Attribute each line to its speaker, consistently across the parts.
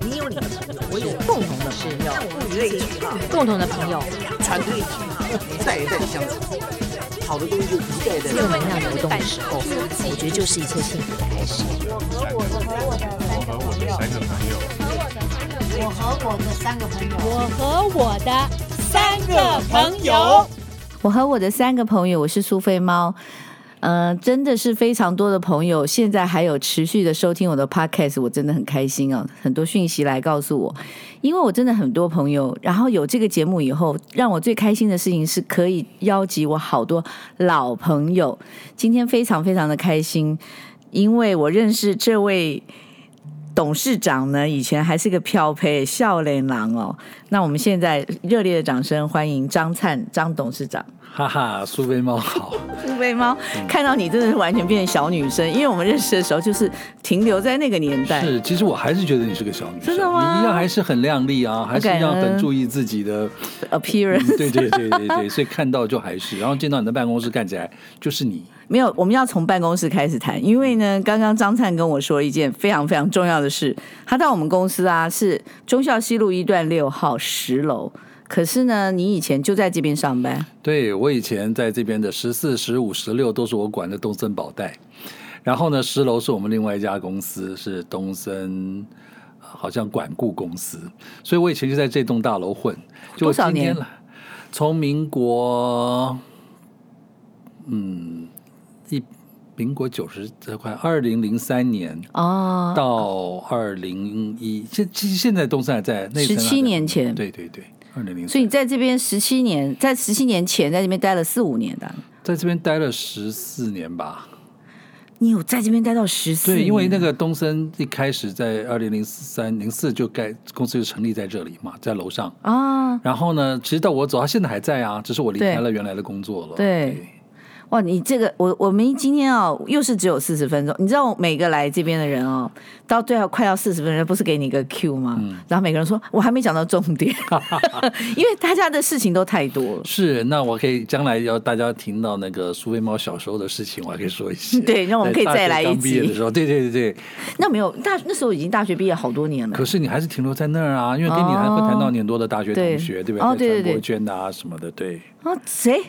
Speaker 1: 你有你的朋友，我有共同的朋友，物以类聚嘛，
Speaker 2: 共同的朋友，
Speaker 1: 团队聚 嘛，代代相传，好的东西就一代代
Speaker 2: 正能量流动的时候，我觉得就是一切幸福的开始。
Speaker 3: 我和我的三个朋友，
Speaker 4: 我和我的三个朋友，
Speaker 5: 我和我的三个朋友，我是苏菲猫。嗯、呃，真的是非常多的朋友，现在还有持续的收听我的 podcast，我真的很开心哦。很多讯息来告诉我，因为我真的很多朋友，然后有这个节目以后，让我最开心的事情是可以邀集我好多老朋友。今天非常非常的开心，因为我认识这位。董事长呢，以前还是个漂配笑脸郎哦。那我们现在热烈的掌声欢迎张灿张董事长。
Speaker 6: 哈哈，苏菲猫 好，
Speaker 5: 苏菲猫
Speaker 6: 嗯
Speaker 5: 看到你真的是完全变成小女生，因为我们认识的时候就是停留在那个年代。
Speaker 6: 是，其实我还是觉得你是个小女生，
Speaker 5: 真的吗嗯
Speaker 6: 你一样还是很靓丽啊，还是一样很注意自己 的
Speaker 5: appearance
Speaker 6: 嗯对对对对对，所以看到就还是，然后进到你的办公室看起来就是你。
Speaker 5: 没有，我们要从办公室开始谈，因为呢，刚刚张灿跟我说一件非常非常重要的事，他到我们公司啊，是忠孝西路一段六号十楼。可是呢，你以前就在这边上班，
Speaker 6: 对我以前在这边的十四、十五、十六都是我管的东森宝带，然后呢，十楼是我们另外一家公司，是东森，呃好像管顾公司，所以我以前就在这栋大楼混。就
Speaker 5: 多少
Speaker 6: 今天
Speaker 5: 年
Speaker 6: 来？从民国，嗯，一民国九十这块，二零零三年
Speaker 5: 哦，
Speaker 6: 到二零一，现其实现在东森还在，那层还在啊
Speaker 5: 17年前
Speaker 6: 对对对，二零零，
Speaker 5: 所以你在这边十七年，在十七年前在这边待了四五年的，
Speaker 6: 在这边待了十四年吧。
Speaker 5: 你有在这边待到十四？
Speaker 6: 对，因为那个东森一开始在二零零三零四就盖公司就成立在这里嘛，在楼上。
Speaker 5: 啊，
Speaker 6: 然后呢，其实到我走，他现在还在啊，只是我离
Speaker 5: 对
Speaker 6: 开了原来的工作了。
Speaker 5: 对
Speaker 6: 对
Speaker 5: 哇，你这个我我们今天哦，又是只有四十分钟。你知道每个来这边的人哦，到最后快要四十分钟，不是给你一个 Q 吗？
Speaker 6: 嗯
Speaker 5: 然后每个人说我还没讲到重 点，因为大家的事情都太多了。
Speaker 6: 是，那我可以将来要大家听到那个苏菲猫小时候的事情，我还可以说一些。
Speaker 5: 对那我们可以
Speaker 6: 在大学
Speaker 5: 再来一
Speaker 6: 刚毕业
Speaker 5: 集
Speaker 6: 的时候，对对对对。
Speaker 5: 那没有大那时候已经大学毕业好多年了
Speaker 6: 可，是你还是停留在那儿啊，因为跟你还会谈到你很多的大学
Speaker 5: 哦对
Speaker 6: 同学，对吧？
Speaker 5: 哦对对对
Speaker 6: 博娟啊什么的，对。
Speaker 5: 啊谁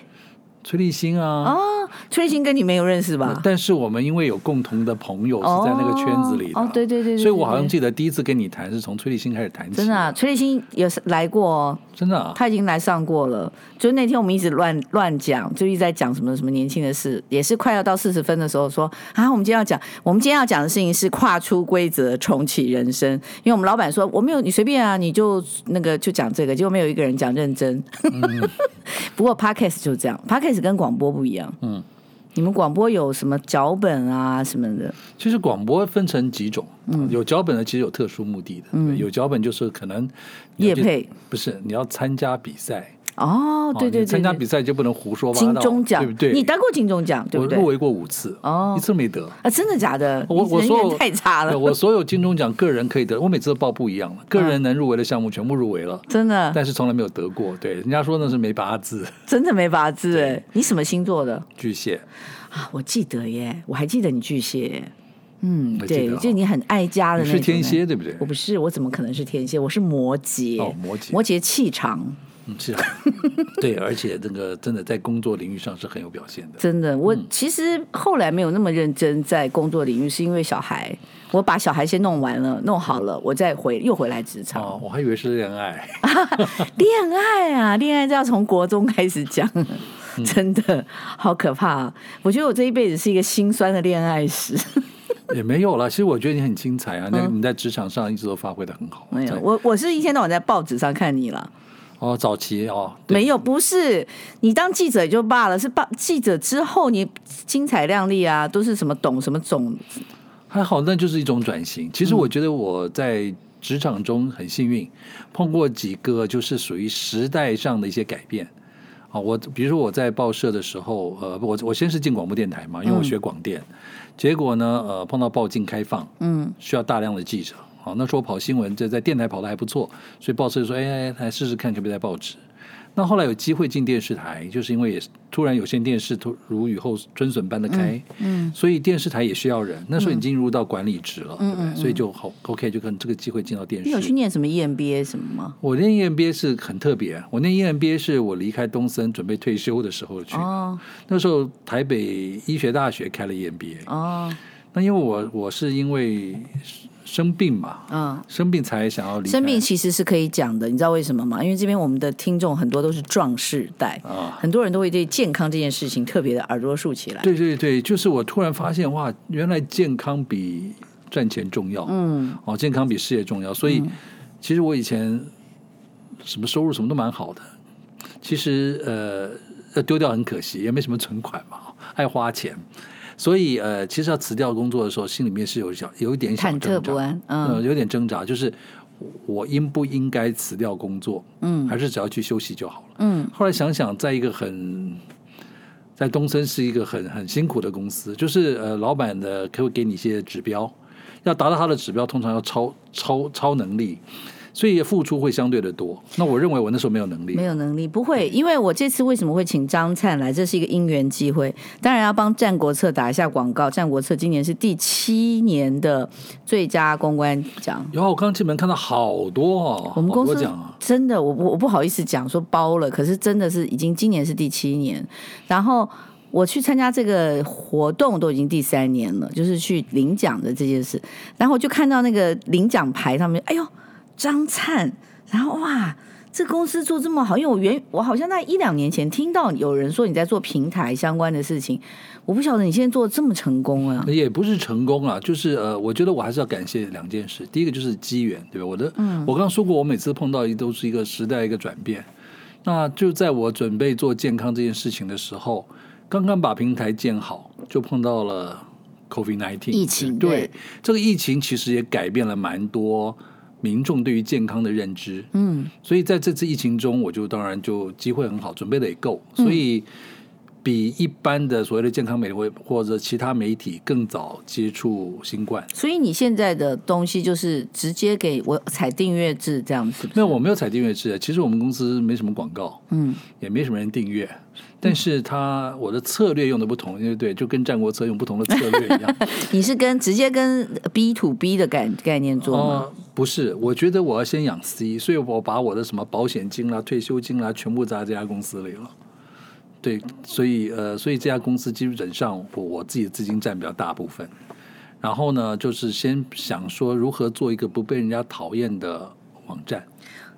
Speaker 6: 崔立新啊，呃
Speaker 5: 啊？崔立新跟你没有认识吧？
Speaker 6: 但是我们因为有共同的朋友是在那个圈子里的，
Speaker 5: 哦哦对对对对
Speaker 6: 所以我好像
Speaker 5: 对对
Speaker 6: 记得第一次跟你谈是从崔立新开始谈起，
Speaker 5: 真的、啊，崔立新有来过哦，
Speaker 6: 真的、啊，
Speaker 5: 他已经来上过了。就那天我们一直乱乱讲，就一直在讲什么什么年轻的事，也是快要到四十分的时候说啊，我们今天要讲，我们今天要讲的事情是跨出规则，重启人生。因为我们老板说我没有你随便啊，你就那个就讲这个，结果没有一个人讲认真。 不过 podcast 就这样，podcast 跟广播不一样，嗯。你们广播有什么脚本啊什么的？
Speaker 6: 其实广播分成几种，啊
Speaker 5: 嗯
Speaker 6: 有脚本的其实有特殊目的的，对有脚本就是可能你要去
Speaker 5: 业嗯配
Speaker 6: 不是你要参加比赛，
Speaker 5: 哦，对
Speaker 6: 哦
Speaker 5: 对
Speaker 6: 你
Speaker 5: 对，
Speaker 6: 参加
Speaker 5: 对
Speaker 6: 比赛就不能胡说八道，
Speaker 5: 金钟奖，
Speaker 6: 对不对？
Speaker 5: 你得过金钟奖对不对
Speaker 6: 我？入围过五次，
Speaker 5: 哦
Speaker 6: 一次没得。
Speaker 5: 啊，真的假的？
Speaker 6: 我
Speaker 5: 你
Speaker 6: 我
Speaker 5: 人
Speaker 6: 说
Speaker 5: 缘太差了，
Speaker 6: 我所有金钟奖个人可以得，我每次都报不一样了，个人能入围的项目全部入围了，
Speaker 5: 真的。
Speaker 6: 但是从来没有得过。对，人家说那是没八字，
Speaker 5: 真的没法治哎！你什么星座的
Speaker 6: 巨蟹。
Speaker 5: 啊？我记得耶，我还记得你巨蟹耶。嗯，
Speaker 6: 我记
Speaker 5: 对
Speaker 6: 得，哦
Speaker 5: 就你很爱家的那
Speaker 6: 你
Speaker 5: 种。
Speaker 6: 是天蝎，对不对
Speaker 5: 哎？我不是，我怎么可能是天蝎？我是摩羯。
Speaker 6: 哦摩羯
Speaker 5: 摩羯气场
Speaker 6: 嗯，是啊， 对，而且这个真的在工作领域上是很有表现的。
Speaker 5: 真的，我
Speaker 6: 嗯
Speaker 5: 其实后来没有那么认真在工作领域，是因为小孩，我把小孩先弄完了，弄好了，我再回又回来职
Speaker 6: 嗯
Speaker 5: 场。
Speaker 6: 哦，我还以为是恋爱，
Speaker 5: 恋爱啊，恋爱就要从国中开始讲，
Speaker 6: 嗯
Speaker 5: 真的好可怕、啊。我觉得我这一辈子是一个心酸的恋爱史。
Speaker 6: 也没有啦。其实我觉得你很精彩啊，那个你在职场上一直都发挥的很好。
Speaker 5: 嗯没有，
Speaker 6: 在
Speaker 5: 哎我我是一天到晚在报纸上看你了。
Speaker 6: 哦，早期哦，对
Speaker 5: 没有，不是你当记者也就罢了，是报记者之后你精彩亮丽啊，都是什么懂什么总，
Speaker 6: 还好，那就是一种转型。其实
Speaker 5: 嗯
Speaker 6: 我觉得我在职场中很幸运，碰过几个就是属于时代上的一些改变。啊，我比如说我在报社的时候，呃，我我先是进广播电台嘛，因为我
Speaker 5: 嗯
Speaker 6: 学广电，结果呢，呃，碰到报禁开放，
Speaker 5: 嗯，
Speaker 6: 需要大量的记者。啊好，那时候我跑新闻，这在电台跑的还不错，所以报社就说，哎哎，来试试看可不可以在报纸。那后来有机会进电视台，就是因为也是突然有线电视突如雨后春笋般的开，
Speaker 5: 嗯，
Speaker 6: 所以电视台也需要人。那时候已经入到管理职了，
Speaker 5: 嗯
Speaker 6: 对不对？
Speaker 5: 嗯嗯
Speaker 6: 所以就好 OK，就可能这个机会进到电
Speaker 5: 你有去
Speaker 6: 视。
Speaker 5: 念什么 E EMBA 什么吗？
Speaker 6: 我念 E EMBA 是很特别，啊我念 E EMBA 是我离开东森准备退休的时候去，
Speaker 5: 哦
Speaker 6: 那时候台北医学大学开了 E EMBA，、
Speaker 5: 哦，
Speaker 6: 那因为我我是因为生病嘛，
Speaker 5: 嗯，
Speaker 6: 生病才想要离开。
Speaker 5: 生病其实是可以讲的，你知道为什么吗？因为这边我们的听众很多都是壮士代，
Speaker 6: 啊，
Speaker 5: 很多人都会对健康这件事情特别的耳朵竖起来。
Speaker 6: 对对对，就是我突然发现哇，原来健康比赚钱重要，
Speaker 5: 嗯
Speaker 6: 哦，健康比事业重要。所以、其实我以前什么收入什么都蛮好的，其实呃呃丢掉很可惜，也没什么存款嘛，爱花钱。所以，呃，其实要辞掉工作的时候，心里面是有小有一点小
Speaker 5: 忐忑
Speaker 6: 挣扎
Speaker 5: 不安嗯
Speaker 6: 呃有点挣扎，就是我应不应该辞掉工作，
Speaker 5: 嗯
Speaker 6: 还是只要去休息就好了。
Speaker 5: 嗯
Speaker 6: 后来想想，在一个很在东森是一个很很辛苦的公司，就是呃，老板的可以给你一些指标，要达到他的指标，通常要超超超能力，所以付出会相对的多。那我认为我那时候没有能力
Speaker 5: 没，有能力不会，因为我这次为什么会请张灿来，这是一个因缘机会。当然要帮战国策打一下广告，战国策今年是第七年的最佳公关奖。
Speaker 6: 然后我刚进门看到好多哦，
Speaker 5: 我们公
Speaker 6: 好多
Speaker 5: 司
Speaker 6: 奖啊，
Speaker 5: 真的，我我我不好意思讲说包了，可是真的是已经今年是第七年，然后我去参加这个活动都已经第三年了，就是去领奖的这件事，然后我就看到那个领奖牌上面，哎呦，张灿，然后哇。这公司做这么好，因为我原我好像在一两年前听到有人说你在做平台相关的事情，我不晓得你现在做的这么成功啊！
Speaker 6: 也不是成功啊，就是呃，我觉得我还是要感谢两件事。第一个就是机缘，对吧？我的，
Speaker 5: 嗯
Speaker 6: 我刚刚说过，我每次碰到一都是一个时代一个转变。那就在我准备做健康这件事情的时候，刚刚把平台建好，就碰到了 COVID 1 9
Speaker 5: 疫情
Speaker 6: 对
Speaker 5: 对
Speaker 6: 这个疫情其实也改变了蛮多民众对于健康的认知。
Speaker 5: 嗯，
Speaker 6: 所以在这次疫情中，我就当然就机会很好，准备的也够，
Speaker 5: 嗯
Speaker 6: 所以比一般的所谓的健康媒体或者其他媒体更早接触新冠。
Speaker 5: 所以你现在的东西就是直接给我采订阅制这样子，
Speaker 6: 没有，我没有采订阅制，其实我们公司没什么广告，
Speaker 5: 嗯，
Speaker 6: 也没什么人订阅，但是它我的策略用的不同，对对，就跟战国策用不同的策略一样。
Speaker 5: 你是跟直接跟 B to B 的概概念 做吗？
Speaker 6: 哦，不是，我觉得我要先养 C，所以我把我的什么保险金啦、退休金啦，全部砸在这家公司里了。对，所以呃，所以这家公司基本上我我自己的资金占比较大部分。然后呢，就是先想说如何做一个不被人家讨厌的网站。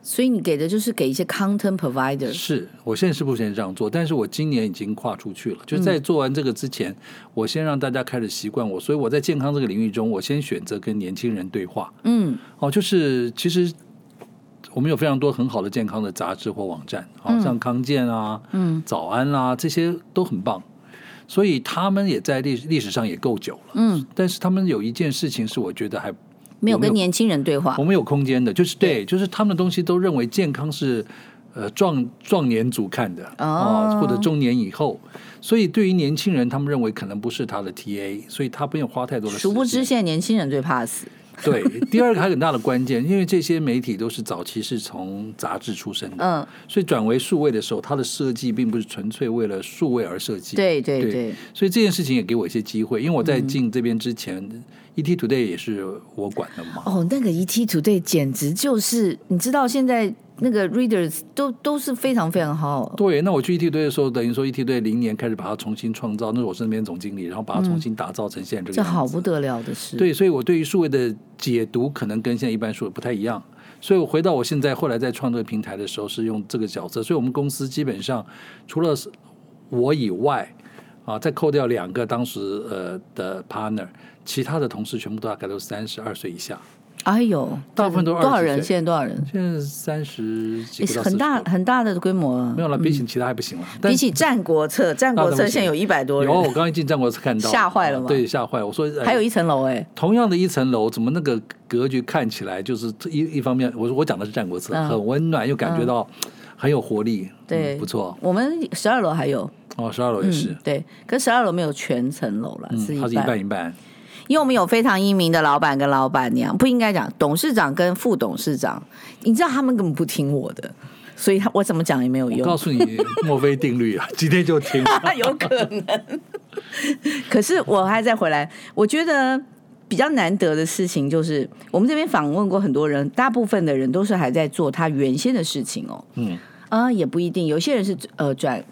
Speaker 5: 所以你给的就是给一些 content provider。
Speaker 6: 是我现在是不先这样做，但是我今年已经跨出去
Speaker 5: 嗯
Speaker 6: 了，就在做完这个之前，我先让大家开始习惯我，所以我在健康这个领域中，我先选择跟年轻人对话。
Speaker 5: 嗯
Speaker 6: 哦，就是其实我们有非常多很好的健康的杂志或网站，好、像康健啊、
Speaker 5: 嗯
Speaker 6: 早安啦、这些都很棒，所以他们也在历历史上也够久了。
Speaker 5: 嗯，
Speaker 6: 但是他们有一件事情是我觉得还
Speaker 5: 没有
Speaker 6: 我没有
Speaker 5: 跟年轻人对话
Speaker 6: 我。们有空间的，就是对，就是他们的东西都认为健康是呃壮壮年族看的
Speaker 5: 哦
Speaker 6: 或者中年以后，所以对于年轻人，他们认为可能不是他的 TA，所以他不用花太多的时间。
Speaker 5: 殊不知，现在年轻人最怕死。
Speaker 6: 对，第二个还有很大的关键，因为这些媒体都是早期是从杂志出身的，
Speaker 5: 嗯，
Speaker 6: 所以转为数位的时候，它的设计并不是纯粹为了数位而设计。
Speaker 5: 对对
Speaker 6: 对
Speaker 5: 对，嗯
Speaker 6: 所以这件事情也给我一些机会，因为我在进这边之前、e t Today 也是我管的嘛。
Speaker 5: 哦，那个 ET Today 简直就是，你知道现在那个 readers 都都是非常非常好。
Speaker 6: 对，那我去 ET 队的时候，等于说 ET 队零年开始把它重新创造，那是我身边总经理，然后把它重新打造成现在这个
Speaker 5: 嗯这
Speaker 6: 样子。
Speaker 5: 好不得了的事，，
Speaker 6: 对，所以我对于数位的解读可能跟现在一般数位不太一样，所以我回到我现在后来在创作平台的时候是用这个角色，所以我们公司基本上除了是我以外，啊，再扣掉两个当时呃的 partner，其他的同事全部大概都三十二岁以下，
Speaker 5: 哎呦，
Speaker 6: 大部分都
Speaker 5: 多少
Speaker 6: 20
Speaker 5: 人？
Speaker 6: 岁
Speaker 5: 现在多少人？
Speaker 6: 现在三十几
Speaker 5: 也
Speaker 6: 个到
Speaker 5: 是很大
Speaker 6: 40多
Speaker 5: 很大的规模了
Speaker 6: 没。有了，比起其他还不行了，但
Speaker 5: 比起战国策，战国策现在有一百多人
Speaker 6: 有，，我刚一进站我是看到
Speaker 5: 吓坏了吗
Speaker 6: 对，吓坏了。我说，哎
Speaker 5: 还有一层楼哎、
Speaker 6: 同样的一层楼，怎么那个格局看起来就是一一方面，我说我讲的是战国策，
Speaker 5: 嗯
Speaker 6: 很温暖，又感觉到很有活力，
Speaker 5: 对
Speaker 6: 嗯不错。
Speaker 5: 我们十二楼还有，
Speaker 6: 哦，十二楼也是
Speaker 5: 嗯，，对，可十二楼没有全层楼了，
Speaker 6: 嗯
Speaker 5: 是一
Speaker 6: 它是一半一半，
Speaker 5: 因为我们有非常英明的老板跟老板娘，不应该讲董事长跟副董事长，你知道他们根本不听我的，所以他我怎么讲也没有
Speaker 6: 我告
Speaker 5: 用，
Speaker 6: 诉你墨菲定律啊， 今天就听。
Speaker 5: 有可能。 可是我还再回来，我觉得比较难得的事情就是，我们这边访问过很多人，大部分的人都是还在做他原先的事情哦。
Speaker 6: 嗯，
Speaker 5: 啊，也不一定，有些人是呃转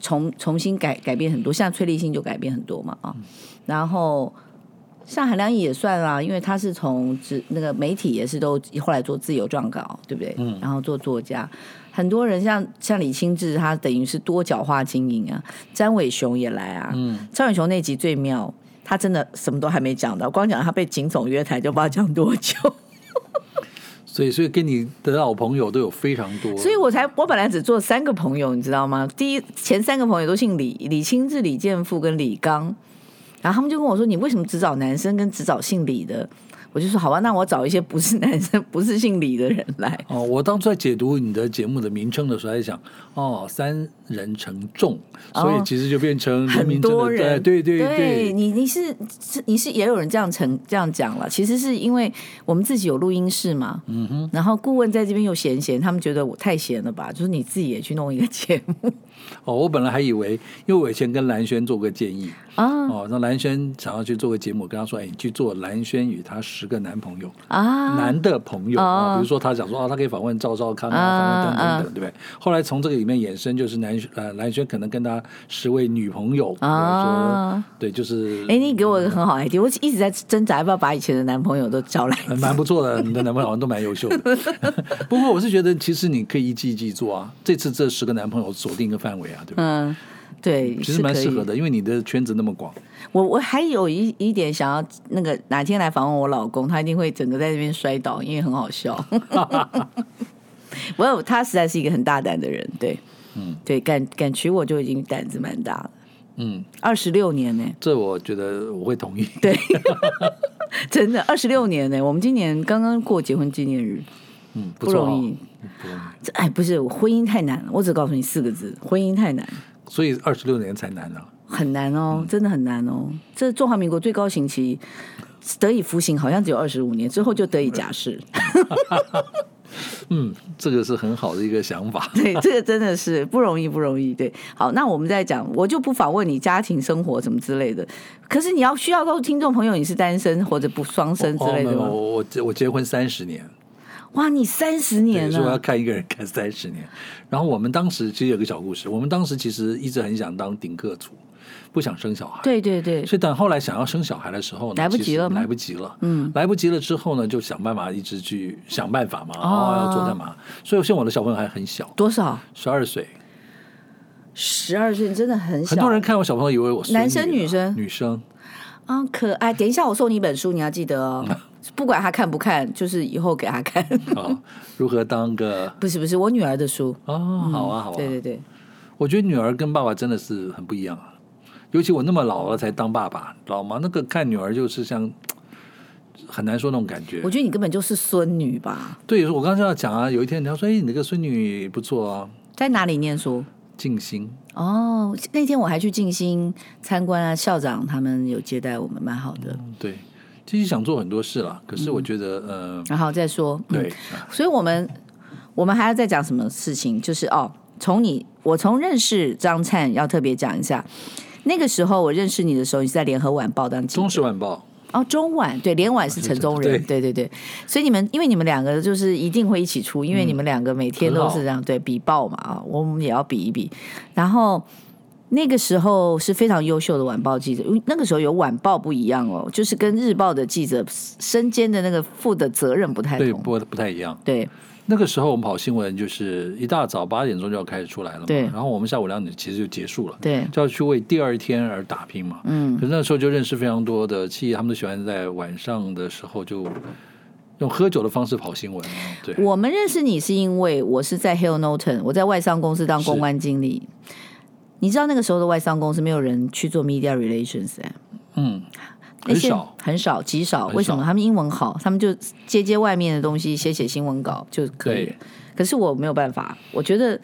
Speaker 5: 重重新改改变很多，像崔立新就改变很多嘛啊，然后像韩良义也算啦，因为他是从自那个媒体也是都后来做自由撰稿，对不对？
Speaker 6: 嗯
Speaker 5: 然后做作家，很多人像像李清志，他等于是多角化经营啊，詹伟雄也来啊，
Speaker 6: 嗯，
Speaker 5: 张远雄那集最妙，他真的什么都还没讲到，光讲他被警总约谈就不知道讲多久。
Speaker 6: 所以所以跟你的老朋友都有非常多，
Speaker 5: 所以我才我本来只做三个朋友，你知道吗？第一前三个朋友都姓李，李清志、李建富跟李刚，然后他们就跟我说：“你为什么只找男生跟只找姓李的？”我就说：“好吧，那我找一些不是男生、不是姓李的人 来。
Speaker 6: 哦，我当初在解读你的节目的名称的时候，还想哦，三人成众，所以
Speaker 5: 哦
Speaker 6: 其实就变成”人
Speaker 5: 很
Speaker 6: 民真的哎
Speaker 5: 多人，
Speaker 6: 对对
Speaker 5: 对
Speaker 6: 对，
Speaker 5: 你你是是你是也有人这样成这样讲了，其实是因为我们自己有录音室嘛，嗯哼，然后顾问在这边又闲闲，他们觉得我太闲了吧，就是你自己也去弄一个节 目
Speaker 6: 哦，我本来还以为，因为我以前跟蓝轩做过建议，
Speaker 5: 啊
Speaker 6: 哦，那蓝轩想要去做个节目，我跟他说，哎，你去做蓝轩与她十个男朋友，
Speaker 5: 啊，
Speaker 6: 男的朋友啊，
Speaker 5: 哦
Speaker 6: 比如说他讲说啊，他可以访问赵少康啊，
Speaker 5: 啊
Speaker 6: 访问等等
Speaker 5: 啊
Speaker 6: 等，对不对？后来从这个里面衍生，就是蓝呃蓝轩可能跟他十位女朋友，比如说
Speaker 5: 啊
Speaker 6: 对，就是
Speaker 5: 哎、你给我一个很好的 idea，我一直在挣扎要不要把以前的男朋友都找来。
Speaker 6: 呃蛮不错的，你的男朋友好像都蛮优秀的。 不过我是觉得，其实你可以一季一季做啊。这次这十个男朋友锁定一个范围啊，对吧？
Speaker 5: 嗯，对，
Speaker 6: 其实蛮
Speaker 5: 是可以
Speaker 6: 适合。的，因为你的圈子那么广。
Speaker 5: 我我还有一一点想要，那个哪天来访问我老公，他一定会整个在那边摔倒，因为很 好笑。我有他实在是一个很大胆的人，对，
Speaker 6: 嗯
Speaker 5: 对，敢敢娶我就已经胆子蛮大了，
Speaker 6: 嗯，
Speaker 5: 二十六年呢、
Speaker 6: 这我觉得我会同意。
Speaker 5: 对，真的二十六年呢、我们今年刚刚过结婚纪念日，
Speaker 6: 嗯，
Speaker 5: 不
Speaker 6: 错哦
Speaker 5: 容易。
Speaker 6: 不容易。
Speaker 5: 这哎，不是婚姻太难了，我只告诉你四个字：婚姻太难。
Speaker 6: 所以二十六年才难啊。
Speaker 5: 很难哦，真的很难哦。这中华民国最高刑期得以服刑，好像只有二十五年，之后就得以假释。
Speaker 6: 嗯，这个是很好的一个想法。
Speaker 5: 对，这个真的是不容易，不容易。对，好，那我们再讲，我就不访问你家庭生活什么之类的。可是你要需要告诉听众朋友，你是单身或者不双身之
Speaker 6: 哦
Speaker 5: 类
Speaker 6: 没
Speaker 5: 的
Speaker 6: 有
Speaker 5: 吗？
Speaker 6: 我我结我结婚三十年，
Speaker 5: 哇，你三十
Speaker 6: 对，
Speaker 5: 年啊
Speaker 6: 所以我要
Speaker 5: 了，
Speaker 6: 看一个人看三十年。然后我们当时其实有个小故事，我们当时其实一直很想当顶客族，不想生小孩。
Speaker 5: 对对对，
Speaker 6: 所以等后来想要生小孩的时候呢，
Speaker 5: 来不及
Speaker 6: 其实
Speaker 5: 了吗
Speaker 6: 来不及了，
Speaker 5: 嗯，
Speaker 6: 来不及了之后呢，就想办法一直去想办法嘛，哦，
Speaker 5: 哦
Speaker 6: 要做干嘛？所以现在我的小朋友还很小，
Speaker 5: 多少？
Speaker 6: 十二岁，
Speaker 5: 十二岁，你真的很小。
Speaker 6: 很多人看我小朋友以为我孙
Speaker 5: 男生
Speaker 6: 女啊
Speaker 5: 女生
Speaker 6: 女生，
Speaker 5: 啊，可爱。等一下，我送你一本书，你要记 得哦。不管他看不看，就是以后给他看。
Speaker 6: 啊，如何当个
Speaker 5: 不是不是，我女儿的书。
Speaker 6: 哦，好啊好啊，
Speaker 5: 嗯对对对。
Speaker 6: 我觉得女儿跟爸爸真的是很不一样啊，尤其我那么老了才当爸爸，知道吗？那个看女儿就是像很难说那种感觉
Speaker 5: 我。觉得你根本就是孙女吧？
Speaker 6: 对，我刚刚就要讲啊，有一天人家说，哎，你那个孙女不错啊，
Speaker 5: 在哪里念书？
Speaker 6: 静心。
Speaker 5: 哦，那天我还去静心参观啊，校长他们有接待我们，蛮好的。
Speaker 6: 对，其实想做很多事啦，可是我觉得，呃，
Speaker 5: 然后再说，嗯
Speaker 6: 对，
Speaker 5: 所以我们我们还要再讲什么事情？就是哦，从你我从认识张灿要特别讲一下。那个时候我认识你的时候，你是在联合晚报当记者
Speaker 6: 中时晚报
Speaker 5: 哦，中晚对，联晚是陈宗仁，对对对，所以你们因为你们两个就是一定会一起出，因为你们两个每天都是这样、对比报嘛啊，我们也要比一比。然后那个时候是非常优秀的晚报记者，因为那个时候有晚报不一样哦，就是跟日报的记者身兼的那个负的责任不太
Speaker 6: 对
Speaker 5: 同，
Speaker 6: 不不太一样。
Speaker 5: 对
Speaker 6: 那个时候我们跑新闻就是一大早八点钟就要开始出来了嘛，
Speaker 5: 对
Speaker 6: 然后我们下午两点其实就结束了，
Speaker 5: 对
Speaker 6: 就要去为第二天而打拼嘛。
Speaker 5: 嗯
Speaker 6: 可是那时候就认识非常多的企业，他们都喜欢在晚上的时候就用喝酒的方式跑新闻啊。对，
Speaker 5: 我们认识你是因为我是在 Hill Norton，我在外商公司当公关经理。你知道那个时候的外商公司没有人去做 media relations 哎、
Speaker 6: 嗯，
Speaker 5: 那
Speaker 6: 很
Speaker 5: 些
Speaker 6: 少。
Speaker 5: 很少，极少。
Speaker 6: 很
Speaker 5: 为什
Speaker 6: 少
Speaker 5: 么？他们英文好，他们就接接外面的东西，写写新闻稿就可以
Speaker 6: 对
Speaker 5: 了。可是我没有办法，我觉得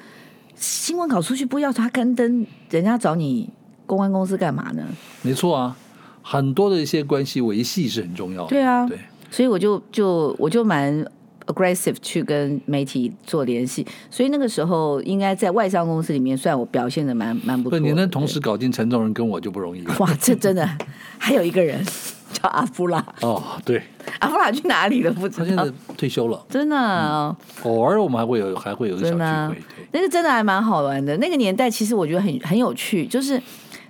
Speaker 5: 新闻稿出去不要他刊登，人家找你公关公司干嘛呢？
Speaker 6: 没错啊，很多的一些关系维系是很重要的。
Speaker 5: 对啊
Speaker 6: 对，
Speaker 5: 所以我就就我就蛮 aggressive 去跟媒体做联系，所以那个时候应该在外商公司里面，算我表现的蛮蛮不
Speaker 6: 不，
Speaker 5: 错的。
Speaker 6: 你能同
Speaker 5: 对
Speaker 6: 时搞定陈总人跟我就不容易了。
Speaker 5: 哇，这真的 还有一个人叫阿夫拉，
Speaker 6: 哦，对，
Speaker 5: 阿夫拉去哪里了？不知
Speaker 6: 他现
Speaker 5: 道
Speaker 6: 在，退休了，
Speaker 5: 真的哦、
Speaker 6: 偶尔我们还会有还会有一个小
Speaker 5: 真的啊
Speaker 6: 聚会，对，
Speaker 5: 那个真的还蛮好玩的。那个年代其实我觉得很很有趣，就是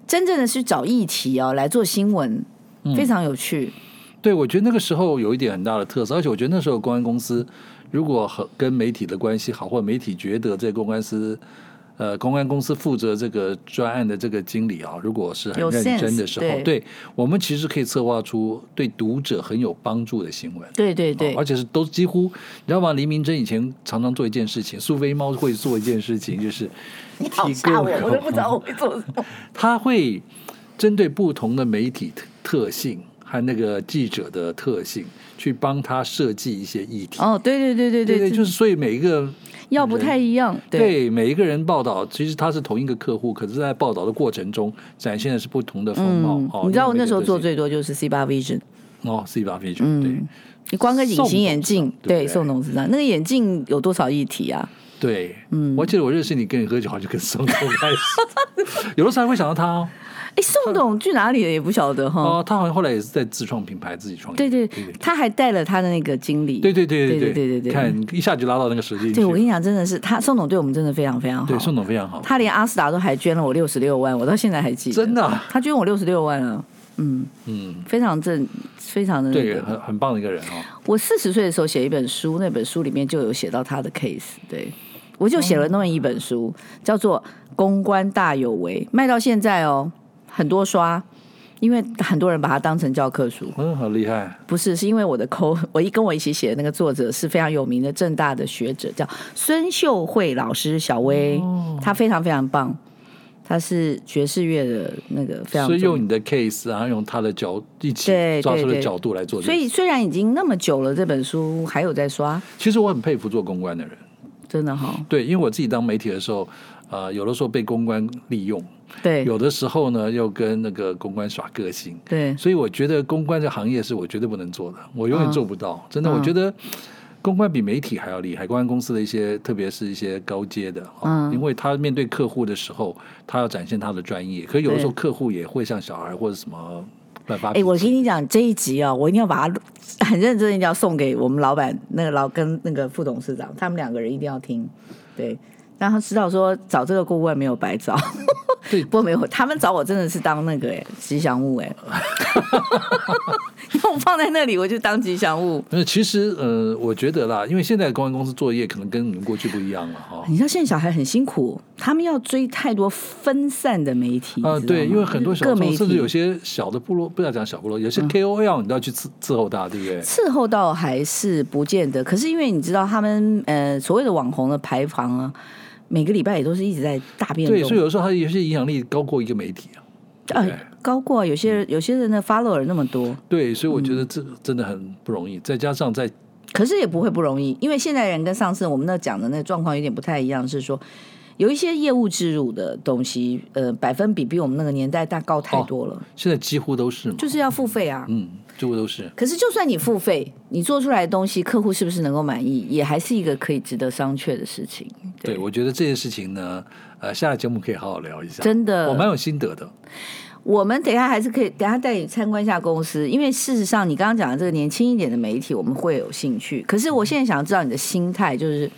Speaker 5: 真正的是找议题哦来做新闻，
Speaker 6: 嗯
Speaker 5: 非常有趣。
Speaker 6: 对我觉得那个时候有一点很大的特色，而且我觉得那时候公安公司如果和跟媒体的关系好，或者媒体觉得这公关司。呃，公安公司负责这个专案的这个经理啊，如果是很
Speaker 5: 有
Speaker 6: 认
Speaker 5: sense，
Speaker 6: 真的时候，
Speaker 5: 对
Speaker 6: 对我们其实可以策划出对读者很有帮助的新闻。
Speaker 5: 对对
Speaker 6: 哦
Speaker 5: 对，
Speaker 6: 而且是都几乎，你知道吗？黎明真以前常常做一件事情，苏菲猫会做一件事情，就是
Speaker 5: 你好
Speaker 6: 提
Speaker 5: 吓我
Speaker 6: 供，
Speaker 5: 我都不知道我会做什么。
Speaker 6: 他会针对不同的媒体特特性和那个记者的特性，去帮他设计一些议题。
Speaker 5: 哦，对对对对
Speaker 6: 对，就是所以每一个
Speaker 5: 要不
Speaker 6: 人
Speaker 5: 太一样，
Speaker 6: 对每一个人报道，其实他是同一个客户，可是在报道的过程中展现的是不同的风貌。
Speaker 5: 嗯
Speaker 6: 哦，，
Speaker 5: 你知道我
Speaker 6: 因为每
Speaker 5: 那
Speaker 6: 个
Speaker 5: 时候
Speaker 6: 特
Speaker 5: 做
Speaker 6: 性
Speaker 5: 最多就是 C 八 Vision，
Speaker 6: 哦，C 八 P 对
Speaker 5: 嗯你光个隐
Speaker 6: 宋董
Speaker 5: 形眼镜
Speaker 6: 事，长对不
Speaker 5: 对，
Speaker 6: 对
Speaker 5: 宋董事长那个眼镜有多少议题啊？
Speaker 6: 对，
Speaker 5: 嗯
Speaker 6: 我记得我认识你跟你喝酒，好像就跟宋总开始， 有的时候还会想到他哦，
Speaker 5: 哎，宋董去哪里了也不晓得哈。
Speaker 6: 哦，他好像后来也是在自创品牌自己创业，
Speaker 5: 对对
Speaker 6: 对，
Speaker 5: 他还带了他的那个经理。
Speaker 6: 对对对
Speaker 5: 对
Speaker 6: 对
Speaker 5: 对对对
Speaker 6: 看一下就拉到那个时间去，
Speaker 5: 对我跟你讲，真的是他宋董对我们真的非常非常好。
Speaker 6: 对宋总非常好，
Speaker 5: 他连阿斯达都还捐了我六十六万，我到现在还记得。
Speaker 6: 真的啊，
Speaker 5: 他捐我六十六万啊，嗯，
Speaker 6: 嗯，
Speaker 5: 非常正，非常的那
Speaker 6: 对，
Speaker 5: 个。
Speaker 6: 很很棒的一个人哦，
Speaker 5: 我四十岁的时候写一本书，那本书里面就有写到他的 case，对。我就写了那么一本书，叫做《公关大有为》，卖到现在哦，很多刷，因为很多人把它当成教科书。
Speaker 6: 嗯，好厉害，
Speaker 5: 不是，是因为我的口， 我一跟我一起写的那个作者是非常有名的正大的学者，叫孙秀慧老师小薇，她非常非常棒，她是爵士乐的那个非常
Speaker 6: 所以
Speaker 5: 重
Speaker 6: 用你的 case，然后用他的角一起
Speaker 5: 对对
Speaker 6: 抓出的
Speaker 5: 对
Speaker 6: 角度来做这
Speaker 5: 所
Speaker 6: 个
Speaker 5: 以
Speaker 6: 事，
Speaker 5: 虽然已经那么久了，这本书还有在刷，
Speaker 6: 其实我很佩服做公关的人，
Speaker 5: 真的哈、
Speaker 6: 对，因为我自己当媒体的时候，呃，有的时候被公关利用，
Speaker 5: 对
Speaker 6: 有的时候呢又跟那个公关耍个性。
Speaker 5: 对，
Speaker 6: 所以我觉得公关这行业是我绝对不能做的，我永远做不到。真的，
Speaker 5: 嗯
Speaker 6: 我觉得公关比媒体还要厉害。公关公司的一些，特别是一些高阶的，哦
Speaker 5: 嗯
Speaker 6: 因为他面对客户的时候，他要展现他的专业。可是有的时候
Speaker 5: 对
Speaker 6: 客户也会像小孩或者什么乱发
Speaker 5: 哎、
Speaker 6: 脾
Speaker 5: 我跟
Speaker 6: 气。
Speaker 5: 你讲这一集啊、我一定要把它很认真，一定要送给我们老板那个老跟那个副董事长，他们两个人一定要听，对，让他知道说找这个顾问没有白找。
Speaker 6: 对
Speaker 5: 不过没有，他们找我真的是当那个哎、吉祥物 哎、因为我放在那里我就当吉祥物。
Speaker 6: 那其实呃，我觉得啦，因为现在公关公司作业可能跟你们过去不一样了哈。
Speaker 5: 你知道现在小孩很辛苦，他们要追太多分散的媒体
Speaker 6: 啊、
Speaker 5: 你知道
Speaker 6: 对，
Speaker 5: 吗
Speaker 6: 因为很多小
Speaker 5: 各媒
Speaker 6: 众，
Speaker 5: 体嗯
Speaker 6: 甚至有些小的部落，不要讲小部落，有些 KOL 你都要去伺伺候他，对不对？
Speaker 5: 伺候到还是不见得，可是因为你知道他们呃所谓的网红的排行啊，每个礼拜也都是一直在大变动，
Speaker 6: 对，所以有时候他有些影响力高过一个媒体啊。
Speaker 5: 呃
Speaker 6: 对
Speaker 5: 高过有些
Speaker 6: 嗯
Speaker 5: 人有些人的 follower 那么多，
Speaker 6: 对，所以我觉
Speaker 5: 嗯
Speaker 6: 得这个真的很不容易。再加上在
Speaker 5: 可是也不会不容易，因为现在人跟上次我们那讲的那状况有点不太一样，是说有一些业务植入的东西，呃，百分比比我们那个年代大高太多了，
Speaker 6: 现在几乎都是嘛，
Speaker 5: 就是要付费啊。
Speaker 6: 哦嗯，几乎都是。
Speaker 5: 可是，就算你付费，你做出来的东西，客户是不是能够满意，也还是一个可以值得商榷的事情。
Speaker 6: 对，我觉得这件事情呢，呃，下来节目可以好好聊一下。
Speaker 5: 真的
Speaker 6: 我蛮有心得的。
Speaker 5: 我们等一下还是可以，等一下带你参观一下公司，因为事实上你刚刚讲的这个年轻一点的媒体，我们会有兴趣。可是我现在想知道你的心态，就是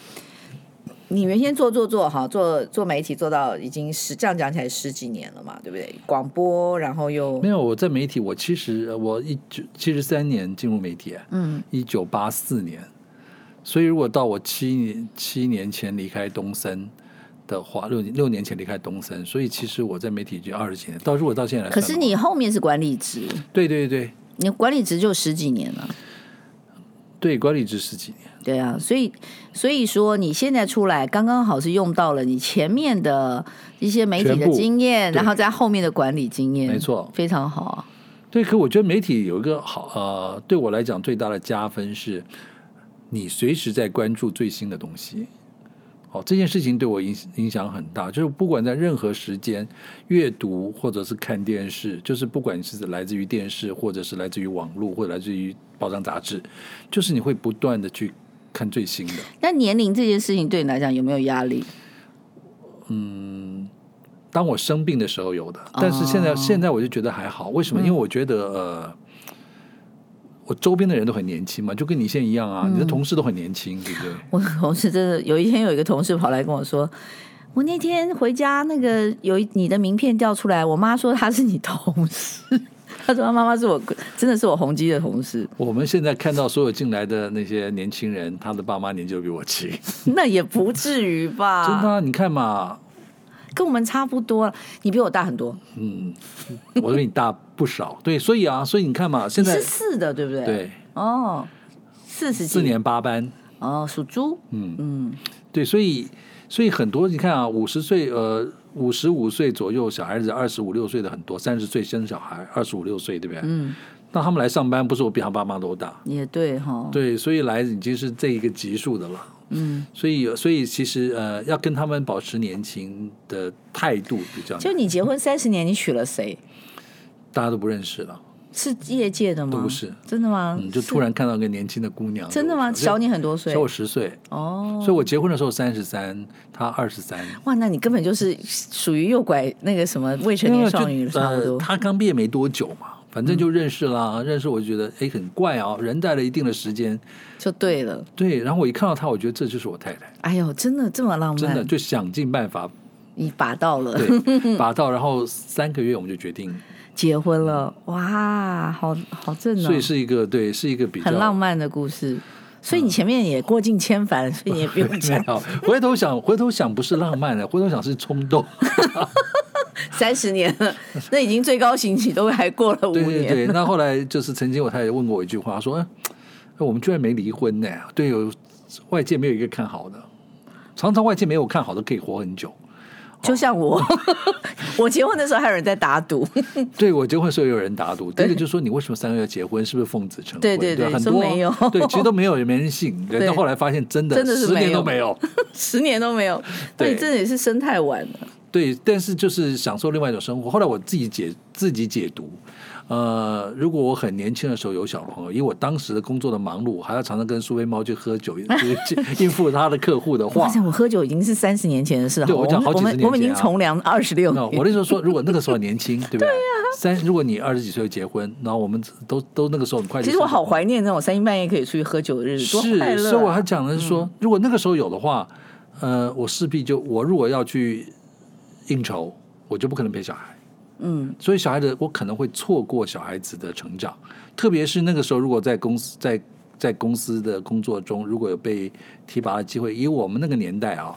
Speaker 5: 你原先做做做哈，做做媒体做到已经十，这样讲起来十几年了嘛，对不对？广播，然后又
Speaker 6: 没有，我在媒体，我其实我一九七十三年进入媒体，啊
Speaker 5: 嗯，
Speaker 6: 一九八四年，所以如果到我七年七年前离开东森的话，六年六年前离开东森，所以其实我在媒体已经二十几年。到如果到现在来
Speaker 5: 可
Speaker 6: 算的话，
Speaker 5: 是你后面是管理职，
Speaker 6: 对对对
Speaker 5: 你管理职就十几年了。
Speaker 6: 对，管理职十几年。
Speaker 5: 对啊，所以所以说你现在出来刚刚好是用到了你前面的一些媒体
Speaker 6: 全
Speaker 5: 的
Speaker 6: 部
Speaker 5: 经验，
Speaker 6: 对
Speaker 5: 然后在后面的管理经验，
Speaker 6: 没错
Speaker 5: 非常好啊。
Speaker 6: 对，可我觉得媒体有一个好呃，对我来讲最大的加分是，你随时在关注最新的东西。哦，这件事情对我影影响很大，就是不管在任何时间阅读或者是看电视，就是不管是来自于电视，或者是来自于网络，或者来自于报章杂志，就是你会不断的去看最新的。
Speaker 5: 那年龄这件事情对你来讲有没有压力？
Speaker 6: 当我生病的时候有的，但是现在、
Speaker 5: 哦
Speaker 6: 现在我就觉得还好。为
Speaker 5: 嗯
Speaker 6: 什么？因为我觉得呃，我周边的人都很年轻嘛，就跟你现在一样
Speaker 5: 嗯
Speaker 6: 啊，你的同事都很年轻，对不 对？
Speaker 5: 我同事真的有一天有一个同事跑来跟我说，我那天回家那个有一你的名片掉出来，我妈说她是你同事， 她说她妈妈是我真的是我宏基的同事，
Speaker 6: 我们现在看到所有进来的那些年轻人，他的爸妈年纪都比我轻，
Speaker 5: 那也不至于 吧？
Speaker 6: 真的啊、你看嘛，
Speaker 5: 跟我们差不多了，你比我大很多，
Speaker 6: 嗯，我比你大不少，对，所以啊，所以你看嘛，现
Speaker 5: 你是
Speaker 6: 在
Speaker 5: 四的对不对？，
Speaker 6: 对
Speaker 5: 哦，四十几
Speaker 6: 四年八班，
Speaker 5: 哦，属猪，
Speaker 6: 嗯
Speaker 5: 嗯，
Speaker 6: 对，所以所以很多你看啊，五十岁呃五十五岁左右小孩子，二十五六岁的很多，三十岁生小孩，二十五六岁对不对？
Speaker 5: 嗯，
Speaker 6: 那他们来上班，不是我比他爸妈都大，
Speaker 5: 也对哈、，
Speaker 6: 对，所以来已经是这一个级数的了。
Speaker 5: 嗯。
Speaker 6: 所以，所以其实呃，要跟他们保持年轻的态度比较难，
Speaker 5: 就你结婚三十年，你娶了谁？
Speaker 6: 大家都不认识了。
Speaker 5: 是业界的吗？
Speaker 6: 都不是，
Speaker 5: 真的吗？
Speaker 6: 嗯，就突然看到一个年轻的姑娘，
Speaker 5: 真的吗？
Speaker 6: 就
Speaker 5: 小你很多岁
Speaker 6: 小我十岁，
Speaker 5: 哦
Speaker 6: 所以。我结婚的时候三十三，她二十三，
Speaker 5: 哇，那你根本就是属于诱拐那个什么未成年少女了，
Speaker 6: 就
Speaker 5: 差不
Speaker 6: 呃，
Speaker 5: 多。嗯
Speaker 6: 她刚毕业没多久嘛，反正就认识啦，认识我就觉得哎很怪啊，人待了一定的时间，
Speaker 5: 就对了。
Speaker 6: 对，然后我一看到她，我觉得这就是我太太，
Speaker 5: 哎呦，真的这么浪漫，
Speaker 6: 真的就想尽办法
Speaker 5: 你拔到了，
Speaker 6: 对 把到，然后三个月我们就决定，
Speaker 5: 结婚了，哇，好好正哦
Speaker 6: 所以，是一个对，是一个比较
Speaker 5: 很浪。漫的故事。所以你前面也过尽千帆，所以你也不用
Speaker 6: 嗯 没
Speaker 5: 讲。
Speaker 6: 有，回头想，回头想不是浪漫的，啊回头想是冲 动。
Speaker 5: 三十年了，那已经最高刑期都还过了五
Speaker 6: 对
Speaker 5: 年。
Speaker 6: 对对，那后来就是曾经我太太问过我一句话，她说：“哎，我们居然没离婚呢？对，有外界没有一个看好的，常常外界没有看好的可以活很久。
Speaker 5: 就 像我，我结婚的时候还有人在打赌，
Speaker 6: 对我结婚的时候有人打赌，第一个就是说你为什么三个月结婚，是不是奉子成婚？
Speaker 5: 对对对
Speaker 6: 很
Speaker 5: 说
Speaker 6: 多啊
Speaker 5: 没有
Speaker 6: 对，其实都没有，也没人 信。对
Speaker 5: 对
Speaker 6: 到后来发现真的
Speaker 5: 真的是
Speaker 6: 十年
Speaker 5: 没有
Speaker 6: 都没有。
Speaker 5: 十年都没有。那
Speaker 6: 对
Speaker 5: 你真的也是生太晚了。
Speaker 6: 对，但是就是享受另外一种生活。后来我自己解自己解读，呃，如果我很年轻的时候有小朋友，以我当时的工作的忙碌，还要常常跟苏菲猫去喝 酒，就是应付他的客户的
Speaker 5: 我
Speaker 6: 话
Speaker 5: 发。现我喝酒已经是三十年前的事了，
Speaker 6: 对我讲好
Speaker 5: 我
Speaker 6: 几十
Speaker 5: 们
Speaker 6: 年前啊
Speaker 5: 我们已经从良二十六
Speaker 6: 那
Speaker 5: 年
Speaker 6: 我。那时候说，如果那个时候年轻， 对不对？
Speaker 5: 啊
Speaker 6: 三，如果你二十几岁就结婚，然后我们都都那个时候很快就
Speaker 5: 其
Speaker 6: 生活。
Speaker 5: 实我好怀念那种三更半夜可以出去喝酒的日子，多快
Speaker 6: 是，
Speaker 5: 乐、啊！
Speaker 6: 所以我还讲的是说，如果那个时候有的话，呃，我势必就我如果要去应酬，我就不可能陪小孩。
Speaker 5: 嗯，
Speaker 6: 所以小孩子我可能会错过小孩子的成长，特别是那个时候，如果在公司在在公司的工作中，如果有被提拔的机会，以我们那个年代啊，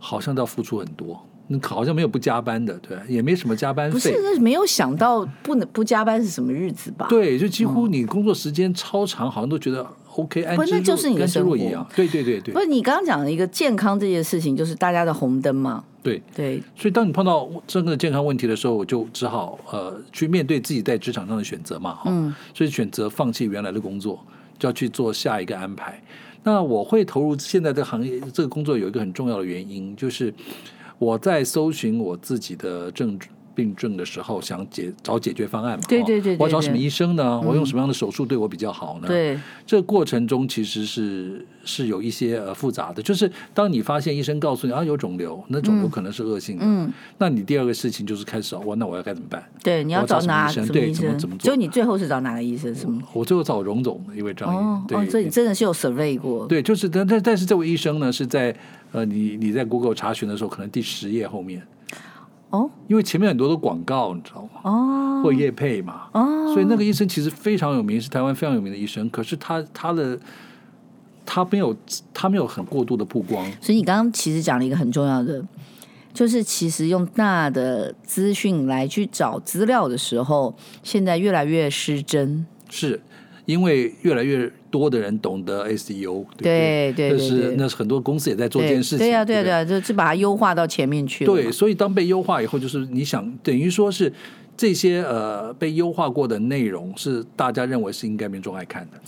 Speaker 6: 好像都要付出很多，嗯好像没有不加班的，对，也没什么加班
Speaker 5: 不是啊
Speaker 6: 费。
Speaker 5: 那没有想到不能不加班是什么日子吧？，
Speaker 6: 对，就几乎你工作时间超长，好像都觉得 OK，安
Speaker 5: 不
Speaker 6: 之
Speaker 5: 那
Speaker 6: 若
Speaker 5: 就是你的
Speaker 6: 甘之若
Speaker 5: 生活
Speaker 6: 饴一样。对对对对
Speaker 5: 不是你刚刚讲的一个健康这件事情，就是大家的红灯嘛？
Speaker 6: 对。
Speaker 5: 对，
Speaker 6: 所以，当你碰到真的健康问题的时候，我就只好呃去面对自己在职场上的选择嘛，哈、
Speaker 5: 嗯
Speaker 6: 所以选择放弃原来的工作，就要去做下一个安排。那我会投入现在这个行业这个工作有一个很重要的原因，就是我在搜寻我自己的症病症的时候，想解找解决方案嘛，
Speaker 5: 对
Speaker 6: 哈
Speaker 5: 对对对
Speaker 6: 我要找什么
Speaker 5: 对
Speaker 6: 医生呢？我用什么样的手术对我比较好呢？
Speaker 5: 对，
Speaker 6: 这个过程中其实是是有一些呃复杂的，就是当你发现医生告诉你啊有肿瘤，那肿瘤可能是恶性的，
Speaker 5: 嗯，
Speaker 6: 那你第二个事情就是开始哦哇，那我要该怎么办？
Speaker 5: 对，你要
Speaker 6: 我找
Speaker 5: 找
Speaker 6: 什么
Speaker 5: 哪
Speaker 6: 医生
Speaker 5: 什么
Speaker 6: 对
Speaker 5: 医
Speaker 6: 怎么
Speaker 5: 生
Speaker 6: 怎么？做
Speaker 5: 就你最后是找哪个医生？什么？
Speaker 6: 我最后找荣总，因为张
Speaker 5: 哦
Speaker 6: 毅、
Speaker 5: 哦，所以
Speaker 6: 对、
Speaker 5: 你真的是有 survey 过，
Speaker 6: 对，就是但但但是这位医生呢是在呃你你在 Google 查询的时候，可能第十页后面，
Speaker 5: 哦
Speaker 6: 因为前面很多都广告，你知道吗？
Speaker 5: 哦
Speaker 6: 或业配嘛，
Speaker 5: 哦，
Speaker 6: 所以那个医生其实非常有名，是台湾非常有名的医生，可是他他的他没有他没有很过度的曝光。
Speaker 5: 所以你刚刚其实讲了一个很重要的，就是其实用大的资讯来去找资料的时候，现在越来越失真。
Speaker 6: 是因为越来越多的人懂得 SEO，对
Speaker 5: 对
Speaker 6: 不这
Speaker 5: 对对
Speaker 6: 是
Speaker 5: 对
Speaker 6: 那是很多公司也在做这
Speaker 5: 对
Speaker 6: 件事情，
Speaker 5: 对呀、
Speaker 6: 对
Speaker 5: 对啊呀、
Speaker 6: 不
Speaker 5: 对呀、就就把它优化到前面去了嘛。
Speaker 6: 对，所以当被优化以后，就是你想等于说是这些呃被优化过的内容是大家认为是应该民众爱看的。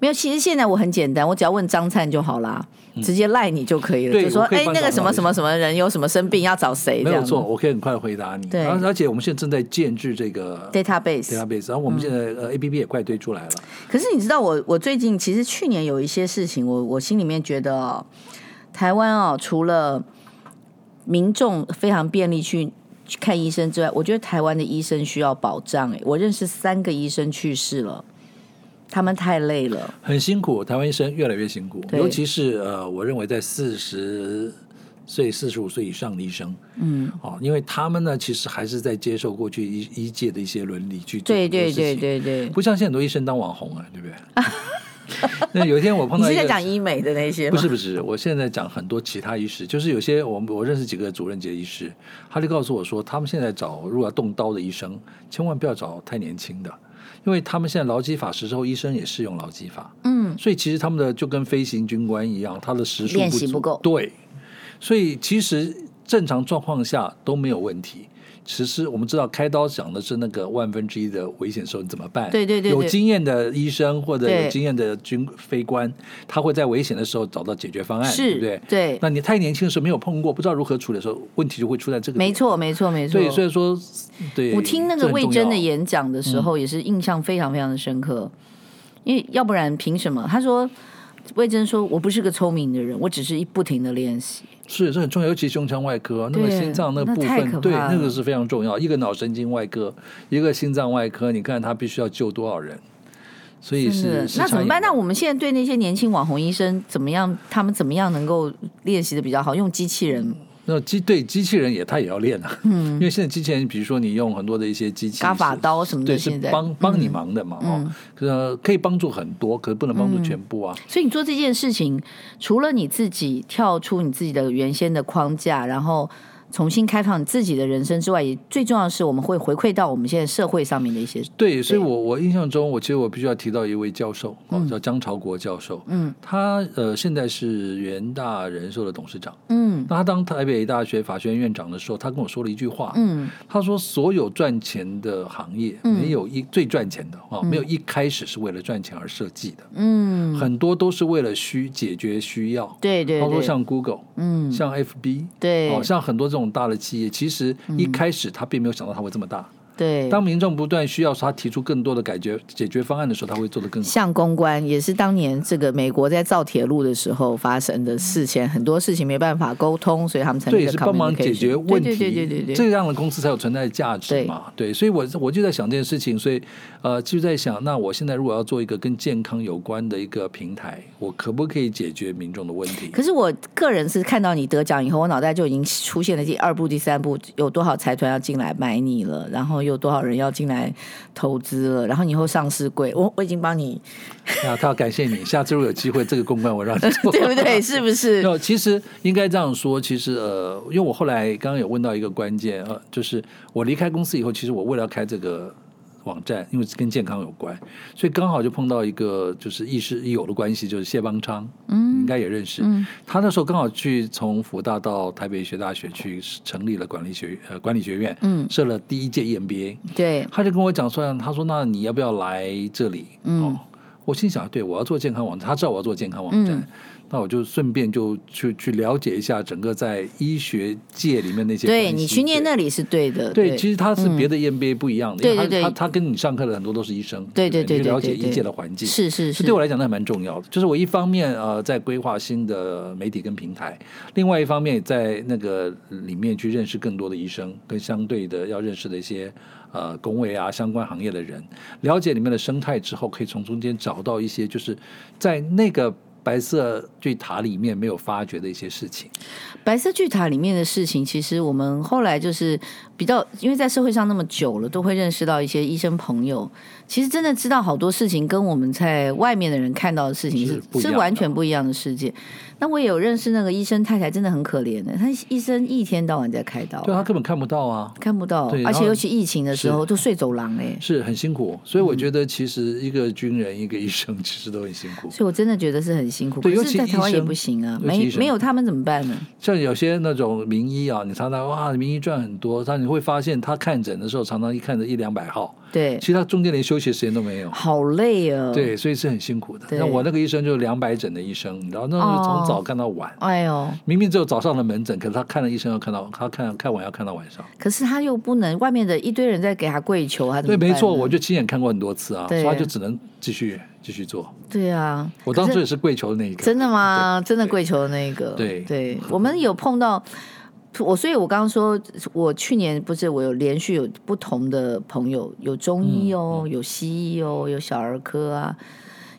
Speaker 5: 没有，其实现在我很简单，我只要问张灿就好啦，直接赖你就可以了，
Speaker 6: 嗯对
Speaker 5: 就说
Speaker 6: 我可以
Speaker 5: 哎
Speaker 6: 帮
Speaker 5: 那个
Speaker 6: 找
Speaker 5: 什么
Speaker 6: 到
Speaker 5: 什么什么人有什么生病要找谁，
Speaker 6: 没
Speaker 5: 这
Speaker 6: 有
Speaker 5: 样
Speaker 6: 错，我可以很快回答你。
Speaker 5: 对
Speaker 6: 而而且我们现在正在建制这个
Speaker 5: database。
Speaker 6: database，然后我们现在呃 A P P 也快推出来了。
Speaker 5: 可是你知道我，我最近其实去年有一些事情，我我心里面觉得、哦，台湾哦，除了民众非常便利去去看医生之外，我觉得台湾的医生需要保障。哎，我认识三个医生去世了，他们太累了。
Speaker 6: 很辛苦，台湾医生越来越辛苦，
Speaker 5: 对
Speaker 6: 尤其是呃，我认为在四十岁、四十五岁以上的医生，嗯，哦，因为他们呢，其实还是在接受过去医医界的一些伦理去做
Speaker 5: 对
Speaker 6: 很多
Speaker 5: 对
Speaker 6: 事情，
Speaker 5: 对对对，
Speaker 6: 不像现在很多医生当网红啊，对不对？ 那有一天我碰
Speaker 5: 你
Speaker 6: 到
Speaker 5: 是
Speaker 6: 一
Speaker 5: 在
Speaker 6: 个，
Speaker 5: 讲医美的那些
Speaker 6: 不
Speaker 5: 吗？
Speaker 6: 是不是，我现在讲很多其他医师，就是有些我我认识几个主任级的医师，他就告诉我说，他们现在找如果要动刀的医生，千万不要找太年轻的，因为他们现在劳基法实施后，医生也适用劳基法，
Speaker 5: 嗯，
Speaker 6: 所以其实他们的就跟飞行军官一样，他的时数
Speaker 5: 练习
Speaker 6: 足
Speaker 5: 不够
Speaker 6: 对，所以其实正常状况下都没有问题。其实我们知道，开刀讲的是那个万分之一的危险时候你怎么办？
Speaker 5: 对对对对
Speaker 6: 有经验的医生或者
Speaker 5: 对
Speaker 6: 有经验的军飞官，他会在危险的时候找到解决方案，对
Speaker 5: 是，
Speaker 6: 不对？
Speaker 5: 对，
Speaker 6: 那你太年轻的时候没有碰过，不知道如何处理的时候，问题就会出在这个。
Speaker 5: 没，错没错没错。
Speaker 6: 对，所以说，对，
Speaker 5: 我听那
Speaker 6: 这
Speaker 5: 个
Speaker 6: 很
Speaker 5: 魏
Speaker 6: 重
Speaker 5: 征的
Speaker 6: 要啊
Speaker 5: 演讲的时候，也是印象非常非常的深刻，因为要不然凭什么？他说魏征说我不是个聪明的人，我只是一不停的练习。
Speaker 6: 是，这很重要，尤其胸腔外科那个
Speaker 5: 对
Speaker 6: 心脏那
Speaker 5: 那
Speaker 6: 部
Speaker 5: 太可
Speaker 6: 分，对，
Speaker 5: 怕
Speaker 6: 那
Speaker 5: 了
Speaker 6: 个是非常重要。一个脑神经外科，一个心脏外科，你看他必须要救多少人，所以
Speaker 5: 真的
Speaker 6: 是，是
Speaker 5: 那怎
Speaker 6: 差
Speaker 5: 么
Speaker 6: 异
Speaker 5: 办？
Speaker 6: 的
Speaker 5: 那我们现在对那些年轻网红医生怎么样？他们怎么样能够练习的比较好？用机器人
Speaker 6: 那机对机器人也他也要练啊，嗯，因为现在机器人，比如说你用很多的一些机器
Speaker 5: 嘎法
Speaker 6: 是
Speaker 5: 刀什么
Speaker 6: 对，
Speaker 5: 的，
Speaker 6: 是
Speaker 5: 现在嗯
Speaker 6: 帮帮你忙的嘛，哦，可呃可以帮助很多，可是不能帮助全部啊。
Speaker 5: 所以你做这件事情，除了你自己跳出你自己的原先的框架，然后重新开放你自己的人生之外，也最重要的是我们会回馈到我们现在社会上面的一些。
Speaker 6: 对，所以我我印象中，我其实我必须要提到一位教授，哦，叫张朝国教授，
Speaker 5: 嗯，
Speaker 6: 他呃现在是元大人寿的董事长。
Speaker 5: 嗯
Speaker 6: 那他当台北大学法学院院长的时候，他跟我说了一句话，
Speaker 5: 嗯，
Speaker 6: 他说所有赚钱的行业，没有一最赚钱的哈、没有一开始是为了赚钱而设计的，
Speaker 5: 嗯，
Speaker 6: 很多都是为了需解决需要。
Speaker 5: 对对
Speaker 6: 他说
Speaker 5: 对，
Speaker 6: 像 Google，
Speaker 5: 嗯
Speaker 6: 像 FB，
Speaker 5: 对嗯
Speaker 6: 哦，像很多这种大的企业，其实一开始他并没有想到它会这么大。
Speaker 5: 对，
Speaker 6: 当民众不断需要他提出更多的解决解决方案的时候，他会做得更好。
Speaker 5: 像公关也是当年这个美国在造铁路的时候发生的事情，很多事情没办法沟通，所以他们成
Speaker 6: 对，
Speaker 5: 立
Speaker 6: 也
Speaker 5: 了
Speaker 6: 是帮忙解决
Speaker 5: communication
Speaker 6: 问题，
Speaker 5: 对对对对对对，
Speaker 6: 这样的公司才有存在的价值嘛。对，所以我我就在想这件事情，所以呃就在想，那我现在如果要做一个跟健康有关的一个平台，我可不可以解决民众的问题？
Speaker 5: 可是我个人是看到你得奖以后，我脑袋就已经出现了第二步、第三步，有多少财团要进来买你了，然后有多少人要进来投资了，然后你以后上市柜，我我已经帮你，
Speaker 6: 那他要感谢你，下次如果有机会，这个公关我让你做。
Speaker 5: 对不对？是 不是？
Speaker 6: 那其实应该这样说，其实呃，因为我后来刚刚有问到一个关键呃，就是我离开公司以后，其实我为了要开这个网站，因为跟健康有关，所以刚好就碰到一个就是亦师亦友的关系，就是谢邦昌，嗯，应该也认识，嗯，他那时候刚好去从福大到台北医学大学去成立了管理学呃管理学院，
Speaker 5: 嗯
Speaker 6: 设了第一届 E EMBA，
Speaker 5: 对，
Speaker 6: 他就跟我讲说，他说那你要不要来这里？
Speaker 5: 嗯
Speaker 6: 哦，我心想，对我要做健康网站，他知道我要做健康网站，
Speaker 5: 嗯
Speaker 6: 那我就顺便就去去了解一下整个在医学界里面那些关系。
Speaker 5: 对你去念那里是对的，
Speaker 6: 对。对，其实他是
Speaker 5: 嗯
Speaker 6: 别的 MBA 不一样的，
Speaker 5: 对
Speaker 6: 因为
Speaker 5: 对
Speaker 6: 他他
Speaker 5: 对
Speaker 6: 他跟你上课的很多都是医生，
Speaker 5: 对对
Speaker 6: 不对，
Speaker 5: 对
Speaker 6: 你去了
Speaker 5: 对
Speaker 6: 解
Speaker 5: 对对
Speaker 6: 医界的环境。
Speaker 5: 是是
Speaker 6: 这
Speaker 5: 是，
Speaker 6: 对我来讲，那还蛮重要的。就是我一方面呃在规划新的媒体跟平台，另外一方面也在那个里面去认识更多的医生，跟相对的要认识的一些呃工位啊相关行业的人，了解里面的生态之后，可以从中间找到一些就是在那个白色巨塔里面没有发掘的一些事情。
Speaker 5: 白色巨塔里面的事情，其实我们后来就是比较，因为在社会上那么久了，都会认识到一些医生朋友，其实真的知道好多事情，跟我们在外面的人看到的事情
Speaker 6: 是
Speaker 5: 是
Speaker 6: 不一样的
Speaker 5: 完全不一样的世界。那我也有认识那个医生太太，真的很可怜的，她一生一天到晚在开刀
Speaker 6: 对，他根本看不到啊。
Speaker 5: 看不到
Speaker 6: 对，
Speaker 5: 而
Speaker 6: 然后
Speaker 5: 且尤其疫情的时候都睡走廊哎、
Speaker 6: 是很辛苦，所以我觉得其实一个军人、一个医生其实都很辛苦。
Speaker 5: 所以我真的觉得是很辛苦，可
Speaker 6: 对尤
Speaker 5: 是
Speaker 6: 其
Speaker 5: 在台湾
Speaker 6: 医生
Speaker 5: 也不行啊，
Speaker 6: 尤其医
Speaker 5: 没
Speaker 6: 生
Speaker 5: 没有他们怎么办呢？
Speaker 6: 像有些那种名医啊，你常常哇，名医赚很多，但你会发现他看诊的时候，常常一看着一两百号，
Speaker 5: 对
Speaker 6: 其，实他中间连休息时间都没有。
Speaker 5: 好累哦。，
Speaker 6: 对，所以是很辛苦的。
Speaker 5: 对哦
Speaker 6: 那我那个医生就是两百诊的医生，然后那是从早看到晚，
Speaker 5: 哎呦，
Speaker 6: 明明只有早上的门诊，可是他看了医生要看到，他看看完要看到晚上。
Speaker 5: 可是他又不能，外面的一堆人在给他跪求，他怎
Speaker 6: 对，
Speaker 5: 么办
Speaker 6: 没
Speaker 5: 呢
Speaker 6: 错，我就亲眼看过很多次啊，所
Speaker 5: 对
Speaker 6: 以他就只能继续继续做。
Speaker 5: 对啊，
Speaker 6: 我当
Speaker 5: 可
Speaker 6: 初
Speaker 5: 是
Speaker 6: 也是跪求的那一个，
Speaker 5: 真的吗？真的
Speaker 6: 对
Speaker 5: 跪求的那个，
Speaker 6: 对
Speaker 5: 对，我们有碰到我，所以我刚刚说，我去年不是我有连续有不同的朋友，有中医哦，
Speaker 6: 嗯
Speaker 5: 有西医哦，有小儿科啊，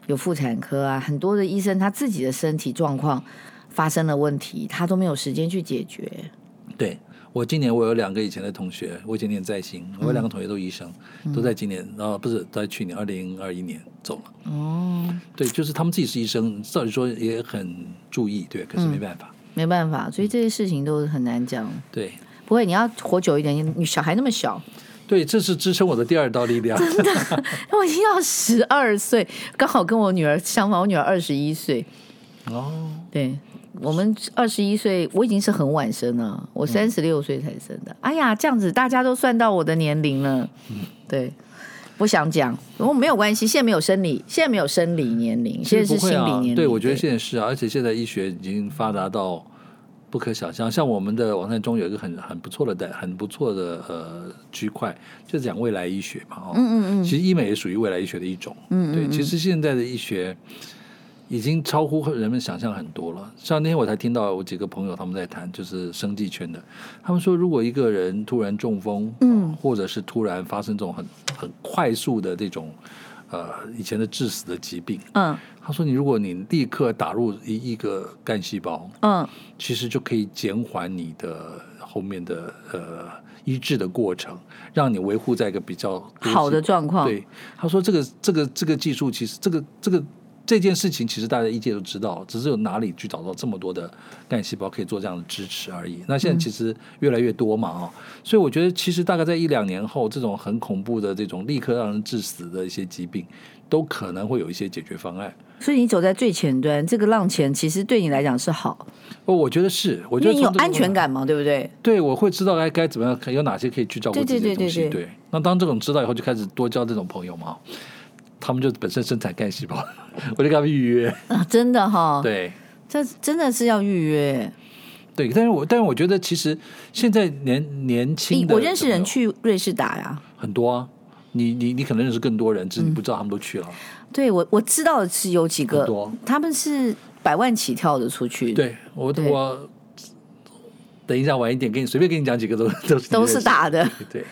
Speaker 5: 有妇产科啊，很多的医生他自己的身体状况发生了问题，他都没有时间去解决。
Speaker 6: 对我今年我有两个以前的同学，我以前念在新，我有两个同学都医生，都在今年，然后不是在去年二零二一年走了。
Speaker 5: 哦，
Speaker 6: 对，就是他们自己是医生，照理说也很注意，对，可是
Speaker 5: 嗯
Speaker 6: 没办法。
Speaker 5: 没办法，所以这些事情都很难讲。
Speaker 6: 对
Speaker 5: 不会，你要活久一点，你你小孩那么小，
Speaker 6: 对，这是支撑我的第二道力量。
Speaker 5: 我已经要十二岁，刚好跟我女儿相反，我女儿二十一岁。
Speaker 6: 哦，
Speaker 5: 对，我们二十一岁，我已经是很晚生了，我三十六岁才生的。哎呀，这样子大家都算到我的年龄了。对，不想讲，我没有关系，现在没有生理，现在没有生理年龄， 现在
Speaker 6: 其
Speaker 5: 是
Speaker 6: 实不
Speaker 5: 心
Speaker 6: 会
Speaker 5: 理
Speaker 6: 啊
Speaker 5: 年龄。
Speaker 6: 对，我觉得现在是啊，而且现在医学已经发达到不可想象。像我们的网站中有一个很很不错的单、很不错的呃区块，就讲未来医学嘛。哦，嗯嗯嗯。其实医美也属于未来医学的一种。嗯对，其实现在的医学。已经超乎人们想象很多了。像那天我才听到我几个朋友他们在谈，就是生计圈的，他们说如果一个人突然中风，嗯，或者是突然发生这种很很快速的这种呃以前的致死的疾病，
Speaker 5: 嗯
Speaker 6: 他说：“你如果你立刻打入一一个干细胞，
Speaker 5: 嗯，
Speaker 6: 其实就可以减缓你的后面的呃医治的过程，让你维护在一个比较多
Speaker 5: 好的状况。
Speaker 6: 对，他说这个这个这个技术，其实这个这个这件事情，其实大家一界都知道，只是有哪里去找到这么多的干细胞可以做这样的支持而已。那现
Speaker 5: 嗯
Speaker 6: 在其实越来越多嘛，哦，所以我觉得其实大概在一两年后，这种很恐怖的这种立刻让人致死的一些疾病，都可能会有一些解决方案。
Speaker 5: 所以你走在最前端，这个浪前其实对你来讲是好，
Speaker 6: 哦，我觉得是，我
Speaker 5: 因
Speaker 6: 觉得
Speaker 5: 为你有
Speaker 6: 从这个
Speaker 5: 安全感嘛，对不对？
Speaker 6: 对，我会知道该该怎么样，可有哪些可以去照顾
Speaker 5: 对
Speaker 6: 自己
Speaker 5: 对
Speaker 6: 的
Speaker 5: 对
Speaker 6: 东西。
Speaker 5: 对对
Speaker 6: 那当这种知道以后，就开始多交这种朋友嘛。哦他们就本身生产干细胞， 我就跟他们预约。
Speaker 5: 啊，真的哈、
Speaker 6: 对
Speaker 5: 这真的是要预约。
Speaker 6: 对，但是我但是我觉得，其实现在年年轻
Speaker 5: 你
Speaker 6: 的
Speaker 5: 我认识人
Speaker 6: 朋友
Speaker 5: 去瑞士打呀、
Speaker 6: 很多啊，你你你可能认识更多人，
Speaker 5: 嗯
Speaker 6: 只是你不知道他们都去了。
Speaker 5: 对我我知道的是有几个
Speaker 6: 很多，
Speaker 5: 他们是百万起跳的出去，，
Speaker 6: 对我
Speaker 5: 对
Speaker 6: 我等一下晚一点给你随便给你讲几个都都是你
Speaker 5: 都
Speaker 6: 认识
Speaker 5: 是打的，
Speaker 6: 的对，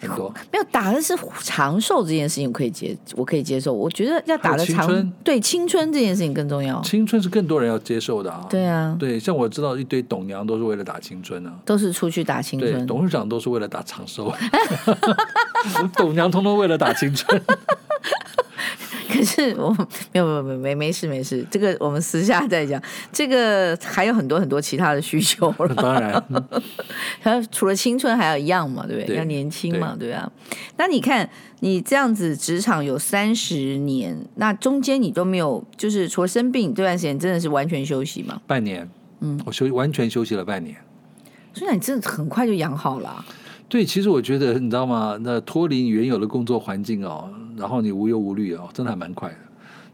Speaker 6: 很多。
Speaker 5: 没有打的是长寿这件事情，我可以接，我可以接受。我觉得要打的长，
Speaker 6: 还有青春
Speaker 5: 对青春这件事情更重要。
Speaker 6: 青春是更多人要接受的啊。
Speaker 5: 对啊，
Speaker 6: 对，像我知道一堆董娘都是为了打青春啊。
Speaker 5: 都是出去打青
Speaker 6: 对，
Speaker 5: 春。
Speaker 6: 董事长都是为了打长寿，啊 我们董娘通通为了打青春。
Speaker 5: 可是我没有没有没有没没事没事，这个我们私下再讲。这个还有很多很多其他的需求了。
Speaker 6: 当然，嗯
Speaker 5: 还有除了青春，还有一样嘛，对不对？
Speaker 6: 对
Speaker 5: 要年轻嘛，对啊。那你看，你这样子职场有三十年，那中间你都没有，就是除了生病这段时间，真的是完全休息嘛？
Speaker 6: 半年，嗯，我休完全休息了半年。
Speaker 5: 所以你真的很快就养好了啊、
Speaker 6: 对，其实我觉得你知道吗？那脱离原有的工作环境哦，然后你无忧无虑哦，真的还蛮快的。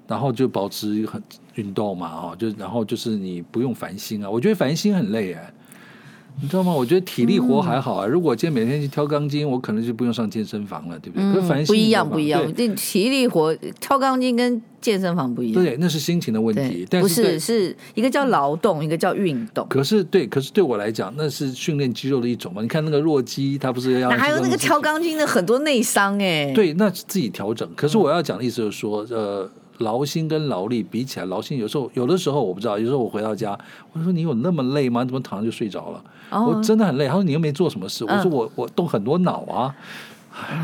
Speaker 6: 然后就保持很运动嘛，哦，就然后就是你不用烦心啊。我觉得烦心很累哎，你知道吗？我觉得体力
Speaker 5: 嗯
Speaker 6: 活还好啊。如果今天每天去挑钢筋，我可能就不用上健身房了，对不对？嗯可是烦心
Speaker 5: 嗯不一样，
Speaker 6: 你知道吗
Speaker 5: 不一样。
Speaker 6: 对
Speaker 5: 这体力活、跳钢筋跟健身房不一样。
Speaker 6: 对，那是心情的问题。但
Speaker 5: 不
Speaker 6: 对嗯
Speaker 5: 是是一个叫劳动，一个叫运动。
Speaker 6: 可是对，可是对我来讲，那是训练肌肉的一种嘛。你看那个弱鸡，它不是要
Speaker 5: 哪有那个
Speaker 6: 调
Speaker 5: 挑？钢筋的很多内伤哎、，嗯
Speaker 6: 对，那是自己调整。可是我要讲的意思就是说，呃，劳心跟劳力比起来，劳心有时候有的时候我不知道，有时候我回到家，我说你有那么累吗？你怎么躺着就睡着了？
Speaker 5: 哦
Speaker 6: 我真的很累。他说你又没做什么事。我说
Speaker 5: 嗯哦
Speaker 6: 我我动很多脑啊。唉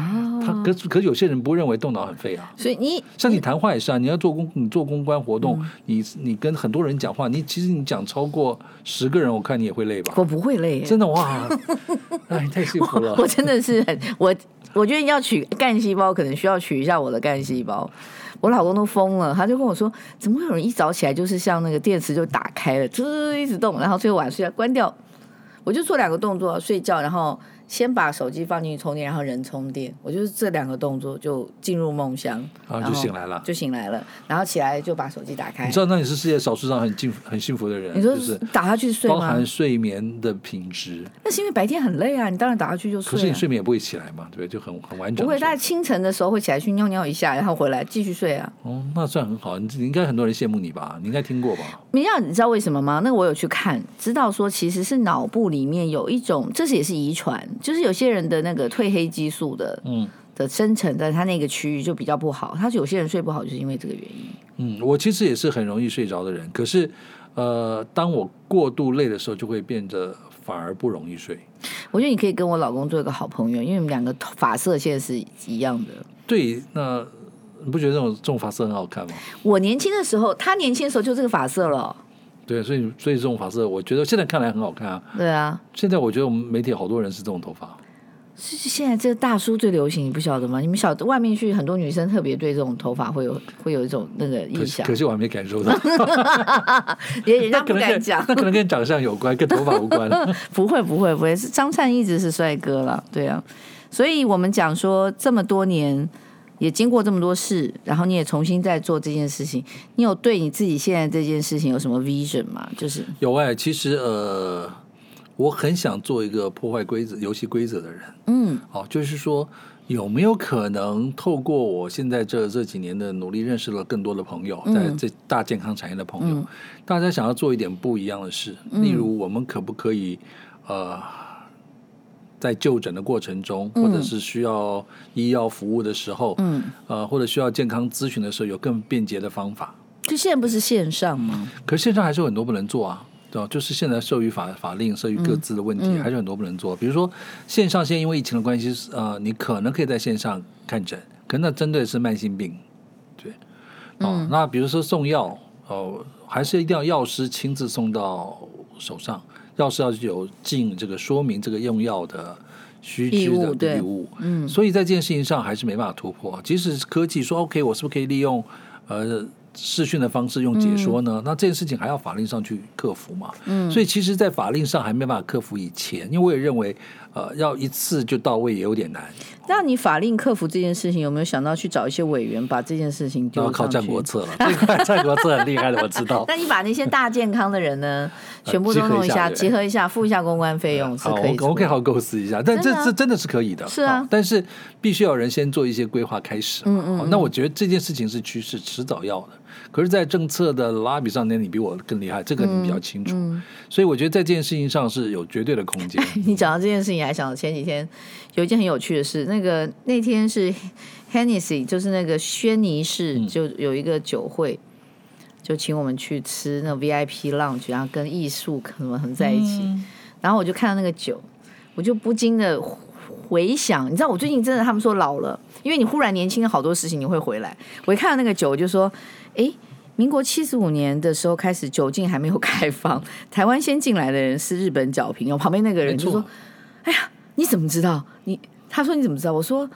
Speaker 6: 他可是可是有些人不认为动脑很费啊。
Speaker 5: 所以你嗯
Speaker 6: 像你谈话也是啊，你要做公，你做公关活动，你你跟很多人讲话，你其实你讲超过十个人，我看你也会累吧？
Speaker 5: 我不会累、欸，
Speaker 6: 真的 哇，哎，太幸福 了
Speaker 5: 我。真的是很我，我觉得要取干细胞，可能需要取一下我的干细胞，我老公都疯了，他就跟我说，怎么会有人一早起来就是像那个电池就打开了，吱一直动，然后最后晚上睡觉关掉。我就做两个动作，睡觉，然后先把手机放进去充电，然后人充电。我就是这两个动作就进入梦乡，
Speaker 6: 啊
Speaker 5: 然
Speaker 6: 就
Speaker 5: 后
Speaker 6: 醒来了
Speaker 5: 就醒来了，然后起来就把手机打开
Speaker 6: 你知。道那你是世界少数上很幸很幸福的人，
Speaker 5: 你说
Speaker 6: 就是
Speaker 5: 打下去睡
Speaker 6: 包
Speaker 5: 吗
Speaker 6: 含？睡眠的品质，
Speaker 5: 那是因为白天很累啊，你当然打下去就
Speaker 6: 可是
Speaker 5: 睡、
Speaker 6: 你
Speaker 5: 啊。
Speaker 6: 睡眠也不会起来嘛，对不对？就很很完整的
Speaker 5: 不会，
Speaker 6: 睡。
Speaker 5: 大概清晨的时候会起来去尿尿一下，然后回来继续睡啊。
Speaker 6: 哦，那算很好，你你应该很多人羡慕你吧？你应该听过吧？
Speaker 5: 你知道你知道为什么吗？那个我有去看，知道说其实是脑部里面有一种，这是也是遗传，就是有些人的那个褪黑激素的
Speaker 6: 嗯
Speaker 5: 的生成在他那个区域就比较不好，他有些人睡不好就是因为这个原因。
Speaker 6: 嗯，我其实也是很容易睡着的人，可是呃，当我过度累的时候，就会变得反而不容易睡。
Speaker 5: 我觉得你可以跟我老公做一个好朋友，因为你们两个发色现在是一样的。
Speaker 6: 对，那你不觉得这种这种发色很好看吗？
Speaker 5: 我年轻的时候，他年轻的时候就这个发色了。
Speaker 6: 对，所以所以这种发色，我觉得现在看来很好看啊。
Speaker 5: 对啊，
Speaker 6: 现在我觉得我们媒体好多人是这种头发，
Speaker 5: 是是现在这个大叔最流行，你不晓得吗？你们晓得外面去很多女生特别对这种头发会有会有一种那个
Speaker 6: 可
Speaker 5: 印
Speaker 6: 惜
Speaker 5: 象
Speaker 6: 可，惜我还没感 受到。
Speaker 5: 也人家
Speaker 6: 那可
Speaker 5: 不
Speaker 6: 能
Speaker 5: 敢
Speaker 6: 跟
Speaker 5: 讲。
Speaker 6: 那可能跟长相有关，跟头发无关。
Speaker 5: 不会不会不会，是张灿一直是帅哥了，对啊，所以我们讲说这么多年，也经过这么多事，然后你也重新在做这件事情，你有对你自己现在这件事情有什么 vision 吗？就是
Speaker 6: 有哎、其实呃，我很想做一个破坏规则、游戏规则的人。
Speaker 5: 嗯，
Speaker 6: 哦，就是说有没有可能透过我现在这这几年的努力，认识了更多的朋友，在这大健康产业的朋友，大家想要做一点不一样的事，例如我们可不可以呃。在就诊的过程中，或者是需要医药服务的时候，
Speaker 5: 嗯，
Speaker 6: 呃，或者需要健康咨询的时候，有更便捷的方法。
Speaker 5: 就现在不是线上吗？
Speaker 6: 可是线上还是有很多不能做啊，对吧？就是现在授予法法令、授予各自的问题，还是很多不能做。比如说线上，现在因为疫情的关系，呃，你可能可以在线上看诊，可那针对的是慢性病，对，
Speaker 5: 嗯
Speaker 6: 哦，那比如说送药，哦、还是一定要药师亲自送到手上，药师要有尽这个说明这个用药的。须知
Speaker 5: 义务
Speaker 6: 的
Speaker 5: 对
Speaker 6: 义务，嗯，所以在这件事情上还是没办法突破。即使是科技说 OK，我是不是可以利用呃视讯的方式用解说
Speaker 5: 嗯
Speaker 6: 呢？那这件事情还要法令上去克服嘛？嗯，所以其实，在法令上还没办法克服以前，因为我也认为，呃，要一次就到位也有点难，
Speaker 5: 那你法令克服这件事情，有没有想到去找一些委员把这件事情
Speaker 6: 要
Speaker 5: 丢
Speaker 6: 靠
Speaker 5: 上
Speaker 6: 战国
Speaker 5: 去？
Speaker 6: 策了。这 块战国策很厉害的，我知道。
Speaker 5: 那你把那些大健康的 人呢，全部都弄一下，
Speaker 6: 集合一下对
Speaker 5: 集合一下，付一下公关费用是
Speaker 6: 好，
Speaker 5: 可以
Speaker 6: 我我
Speaker 5: 做
Speaker 6: 可以
Speaker 5: 的。
Speaker 6: 好好构思一下，但这
Speaker 5: 真的啊
Speaker 6: 这真的是可以的，
Speaker 5: 是啊
Speaker 6: 但是必须要有人先做一些规划开始嘛，嗯嗯那我觉得这件事情是趋势，迟早要的。可是，在政策的拉比上，那你比我更厉害，这个
Speaker 5: 嗯
Speaker 6: 你比较清楚，所以我觉得在这件事情上是有绝对的 空间。
Speaker 5: 你讲到这件事情，还想到前几天有一件很有趣的事。那个那天是 Hennessy，就是那个轩尼
Speaker 6: 嗯
Speaker 5: 诗，就有一个酒会，就请我们去吃那 VIP lounge，然后跟艺术可能很在一起。
Speaker 6: 嗯
Speaker 5: 然后我就看到那个酒，我就不禁的回想，你知道我最近真的他们说老了，因为你忽然年轻了好多事情你会回来。我一看到那个酒，我就说，诶，民国七十五年的时候开始，酒精还没有 开放，台湾先进来的人是日本角瓶。我旁边那个人
Speaker 6: 没
Speaker 5: 就
Speaker 6: 错
Speaker 5: 说：“哎呀，你怎么知道？你他说你怎么知道？”我说：“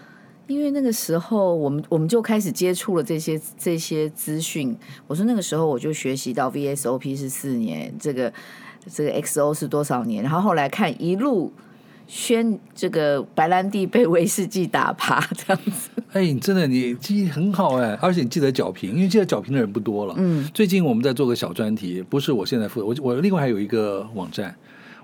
Speaker 5: 因为那个时候我们我们就开始接触了这些这些资讯。我说那个时候我就学习到 VSOP 是四年，这个这个 XO 是多少年，然后后来看一路。”宣这个白兰地被威士忌打趴，这样子，
Speaker 6: 哎，你真的你记忆很好哎，而且你记得角评，因为记得角评的人不多了。嗯，最近我们在做个小专题，不是我现在负责，我我另外还有一个网站，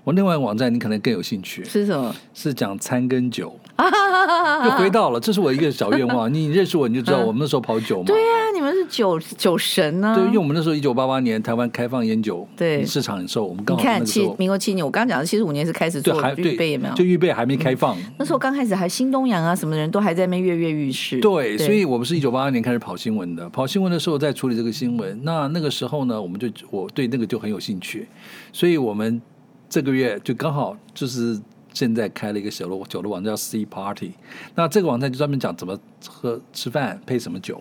Speaker 6: 我另外一个网站你可能更有兴趣，
Speaker 5: 是什么？
Speaker 6: 是讲餐跟酒，就
Speaker 5: 啊
Speaker 6: 回到了，这是我一个小愿 望。你认识我你就知道，我们那时候跑酒嘛。
Speaker 5: 嗯对啊呀、你们是酒酒神啊呢、
Speaker 6: 对，因为我们那时候一九八八年台湾开放烟酒
Speaker 5: 对
Speaker 6: 市场很受，我们
Speaker 5: 你
Speaker 6: 刚好那
Speaker 5: 看
Speaker 6: 个时
Speaker 5: 七
Speaker 6: 候
Speaker 5: 民国七年，我刚刚讲的七十五年是开始
Speaker 6: 对
Speaker 5: 做
Speaker 6: 还
Speaker 5: 预备嗯有没
Speaker 6: 对
Speaker 5: 有
Speaker 6: 就？预备还没开放，
Speaker 5: 那时候刚开始还新东阳啊什么的人都还在那边跃跃欲试。
Speaker 6: 对，所以我们是一九八二年开始跑新闻的。跑新闻的时候在处理这个新闻，那那个时候呢，我们就我对那个就很有兴趣，所以我们这个月就刚好就是现在开了一个小的酒的网站叫 C Party，那这个网站就专门讲怎么喝吃饭配什么酒。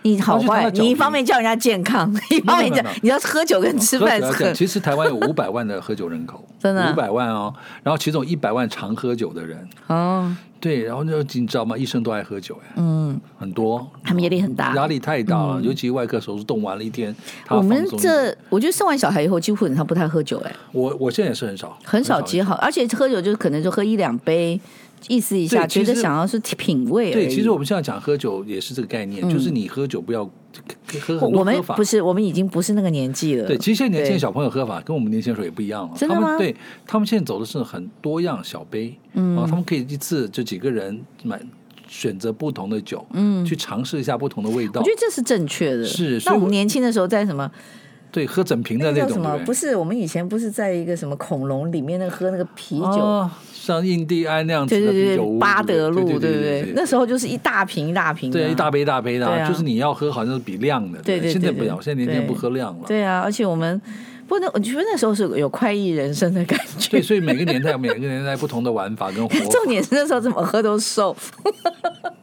Speaker 5: 你好
Speaker 6: 那是他
Speaker 5: 坏，
Speaker 6: 的角
Speaker 5: 你一
Speaker 6: 度
Speaker 5: 方面叫人家健 康，一方面
Speaker 6: 没有
Speaker 5: 叫
Speaker 6: 没有
Speaker 5: 你要喝酒跟吃
Speaker 6: 喝
Speaker 5: 饭
Speaker 6: 酒
Speaker 5: 是
Speaker 6: 要 讲，
Speaker 5: 很
Speaker 6: 其实台湾有五百万的喝酒人口，
Speaker 5: 真的啊
Speaker 6: 五百万哦。然后其中一百万常喝酒的人，
Speaker 5: 哦，
Speaker 6: 对，然后就你知道吗？医生都爱喝酒哎，
Speaker 5: 嗯，
Speaker 6: 很多，
Speaker 5: 他们压力很大。嗯
Speaker 6: 压力太大了，尤其外科手术动完了一天，他
Speaker 5: 我们
Speaker 6: 放松一点
Speaker 5: 这我觉得生完小孩以后，几乎本上不太喝酒、哎，
Speaker 6: 我我现在也是很少，
Speaker 5: 很少接好，而且喝酒就是可能就喝一两杯，意思一下，
Speaker 6: 对其
Speaker 5: 觉
Speaker 6: 实
Speaker 5: 得想要是品味而已。
Speaker 6: 对，其实我们现在讲喝酒也是这个概念，就是你喝酒不要喝很
Speaker 5: 我
Speaker 6: 多
Speaker 5: 我们
Speaker 6: 喝法
Speaker 5: 不。是，我们已经不是那个年纪了。
Speaker 6: 对，其实现在年轻
Speaker 5: 对
Speaker 6: 的小朋友喝法跟我们年轻的时候也不一样了。
Speaker 5: 真的
Speaker 6: 他
Speaker 5: 吗
Speaker 6: 们对他们现在走的是很多样小杯，嗯，啊，他们可以一次就几个人买选择不同的酒，嗯，去尝试一下不同的味道
Speaker 5: 我觉。得这是正确的。
Speaker 6: 是所以
Speaker 5: 那我们
Speaker 6: 我
Speaker 5: 年轻的时候在什么？
Speaker 6: 对，喝整瓶的那
Speaker 5: 那叫
Speaker 6: 种，
Speaker 5: 什么
Speaker 6: 对？
Speaker 5: 不
Speaker 6: 对？
Speaker 5: 是，我们以前不是在一个什么恐龙里面那个喝那个啤酒？
Speaker 6: 哦，像印第安那样子
Speaker 5: 对
Speaker 6: 的
Speaker 5: 对
Speaker 6: 啤
Speaker 5: 对
Speaker 6: 酒屋，
Speaker 5: 对，巴德
Speaker 6: 对
Speaker 5: 路，对
Speaker 6: 对
Speaker 5: 对？那时候就是一大瓶一大瓶的啊，
Speaker 6: 对一大杯一大杯的
Speaker 5: 对啊
Speaker 6: 啊，就是你要喝好像是比量的，
Speaker 5: 对对对
Speaker 6: 对现在
Speaker 5: 对
Speaker 6: 不要，现在年轻人
Speaker 5: 对
Speaker 6: 不喝量了。
Speaker 5: 对啊，而且我们不过那我觉得那时候是有快意人生的感
Speaker 6: 对，
Speaker 5: 觉。
Speaker 6: 所以每个年代有每个年代不同的玩法跟活
Speaker 5: 重点是那时候怎么喝都瘦，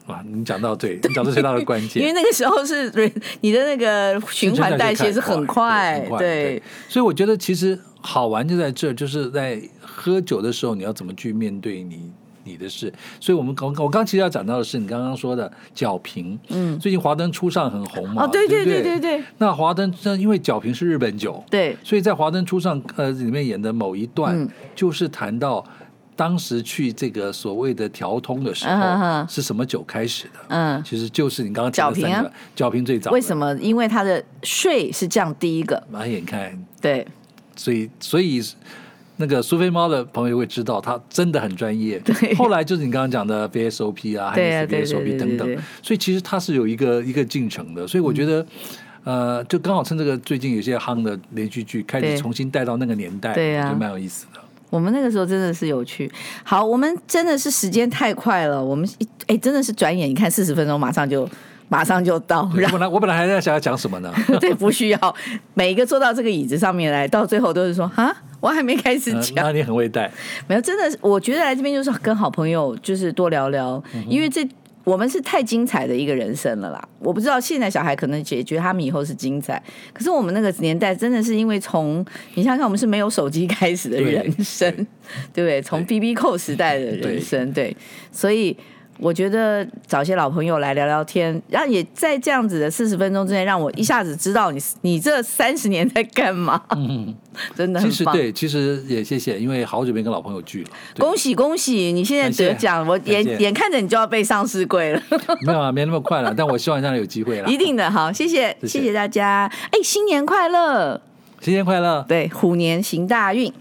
Speaker 6: 哇，你讲到对，你讲到最大的关
Speaker 5: 因
Speaker 6: 键
Speaker 5: 为。那个时候是你的那个循
Speaker 6: 新陈
Speaker 5: 环代谢
Speaker 6: 太
Speaker 5: 是很
Speaker 6: 快，
Speaker 5: 快
Speaker 6: 很，快
Speaker 5: 对。
Speaker 6: 所以我觉得其实好玩就在这儿，就是在喝酒的时候，你要怎么去面对你你的事。所以我们刚我刚其实要讲到的是你刚刚说的角瓶，嗯，最近华灯初上很红嘛，
Speaker 5: 哦，对
Speaker 6: 对
Speaker 5: 对
Speaker 6: 不
Speaker 5: 对对对
Speaker 6: 那华灯，那因为角瓶是日本酒，
Speaker 5: 对，
Speaker 6: 所以在《华灯初上》呃里面演的某一段，
Speaker 5: 嗯
Speaker 6: 就是谈到当时去这个所谓的调通的时候，
Speaker 5: 嗯哼哼
Speaker 6: 是什么酒开始的？
Speaker 5: 嗯
Speaker 6: 其实就是你刚刚提的
Speaker 5: 角瓶啊
Speaker 6: 三个，角瓶最早。
Speaker 5: 为什
Speaker 6: 么？
Speaker 5: 么？因为它的税是降第一个，
Speaker 6: 哎呀，你看，
Speaker 5: 对，
Speaker 6: 所以所以那个苏菲猫的朋友会知道，他真的很专业。
Speaker 5: 对
Speaker 6: 后来就是你刚刚讲的 VSOP 啊，还
Speaker 5: 对啊
Speaker 6: 有
Speaker 5: 对对对
Speaker 6: VSOP 等
Speaker 5: 对
Speaker 6: 等
Speaker 5: 对，
Speaker 6: 所以其实它是有一个一个进程的。所以我觉得。呃，就刚好趁这个最近有些夯的连续剧开
Speaker 5: 嗯对
Speaker 6: 始重新带到那个年代，
Speaker 5: 对啊
Speaker 6: 就蛮有意思的。
Speaker 5: 我们那个时候真的是有趣。好，我们真的是时间太快了，我们一哎真的是转眼，你看四十分钟马上就马上就到，
Speaker 6: 对 我
Speaker 5: 然后
Speaker 6: 本来我本来还在想要讲什 么呢？
Speaker 5: 对不需要每一个坐到这个椅子上面来，到最后都是说啊，我还没开始
Speaker 6: 呃
Speaker 5: 讲，
Speaker 6: 那你很会带，
Speaker 5: 没有，真的是，我觉得来这边就是跟好朋友就是多聊聊，
Speaker 6: 嗯
Speaker 5: 因为这。我们是太精彩的一个人生了啦！我不知道现在小孩可能解决他们以后是精彩，可是我们那个年代真的是因为从你想想看，我们是没有手机开始的
Speaker 6: 对
Speaker 5: 人生， 对不对？从 B B 扣时代的人生，对，所以我觉得找些老朋友来聊聊天，然后也在这样子的四十分钟之内，让我一下子知道你你这三十年在干嘛， 真的
Speaker 6: 嗯其
Speaker 5: 很
Speaker 6: 实
Speaker 5: 棒。
Speaker 6: 对，其实也谢谢，因为好久没跟老朋友聚了。对
Speaker 5: 恭喜恭喜！你现在
Speaker 6: 感谢
Speaker 5: 得奖，我
Speaker 6: 感
Speaker 5: 眼
Speaker 6: 谢
Speaker 5: 眼看着你就要被上市柜 了，
Speaker 6: 没有啊，没那么快了，但我希望将来有机会了。
Speaker 5: 一定的。好，谢谢
Speaker 6: 谢谢
Speaker 5: 谢谢大家，哎，新年快乐！
Speaker 6: 新年快乐！
Speaker 5: 对，虎年行大运，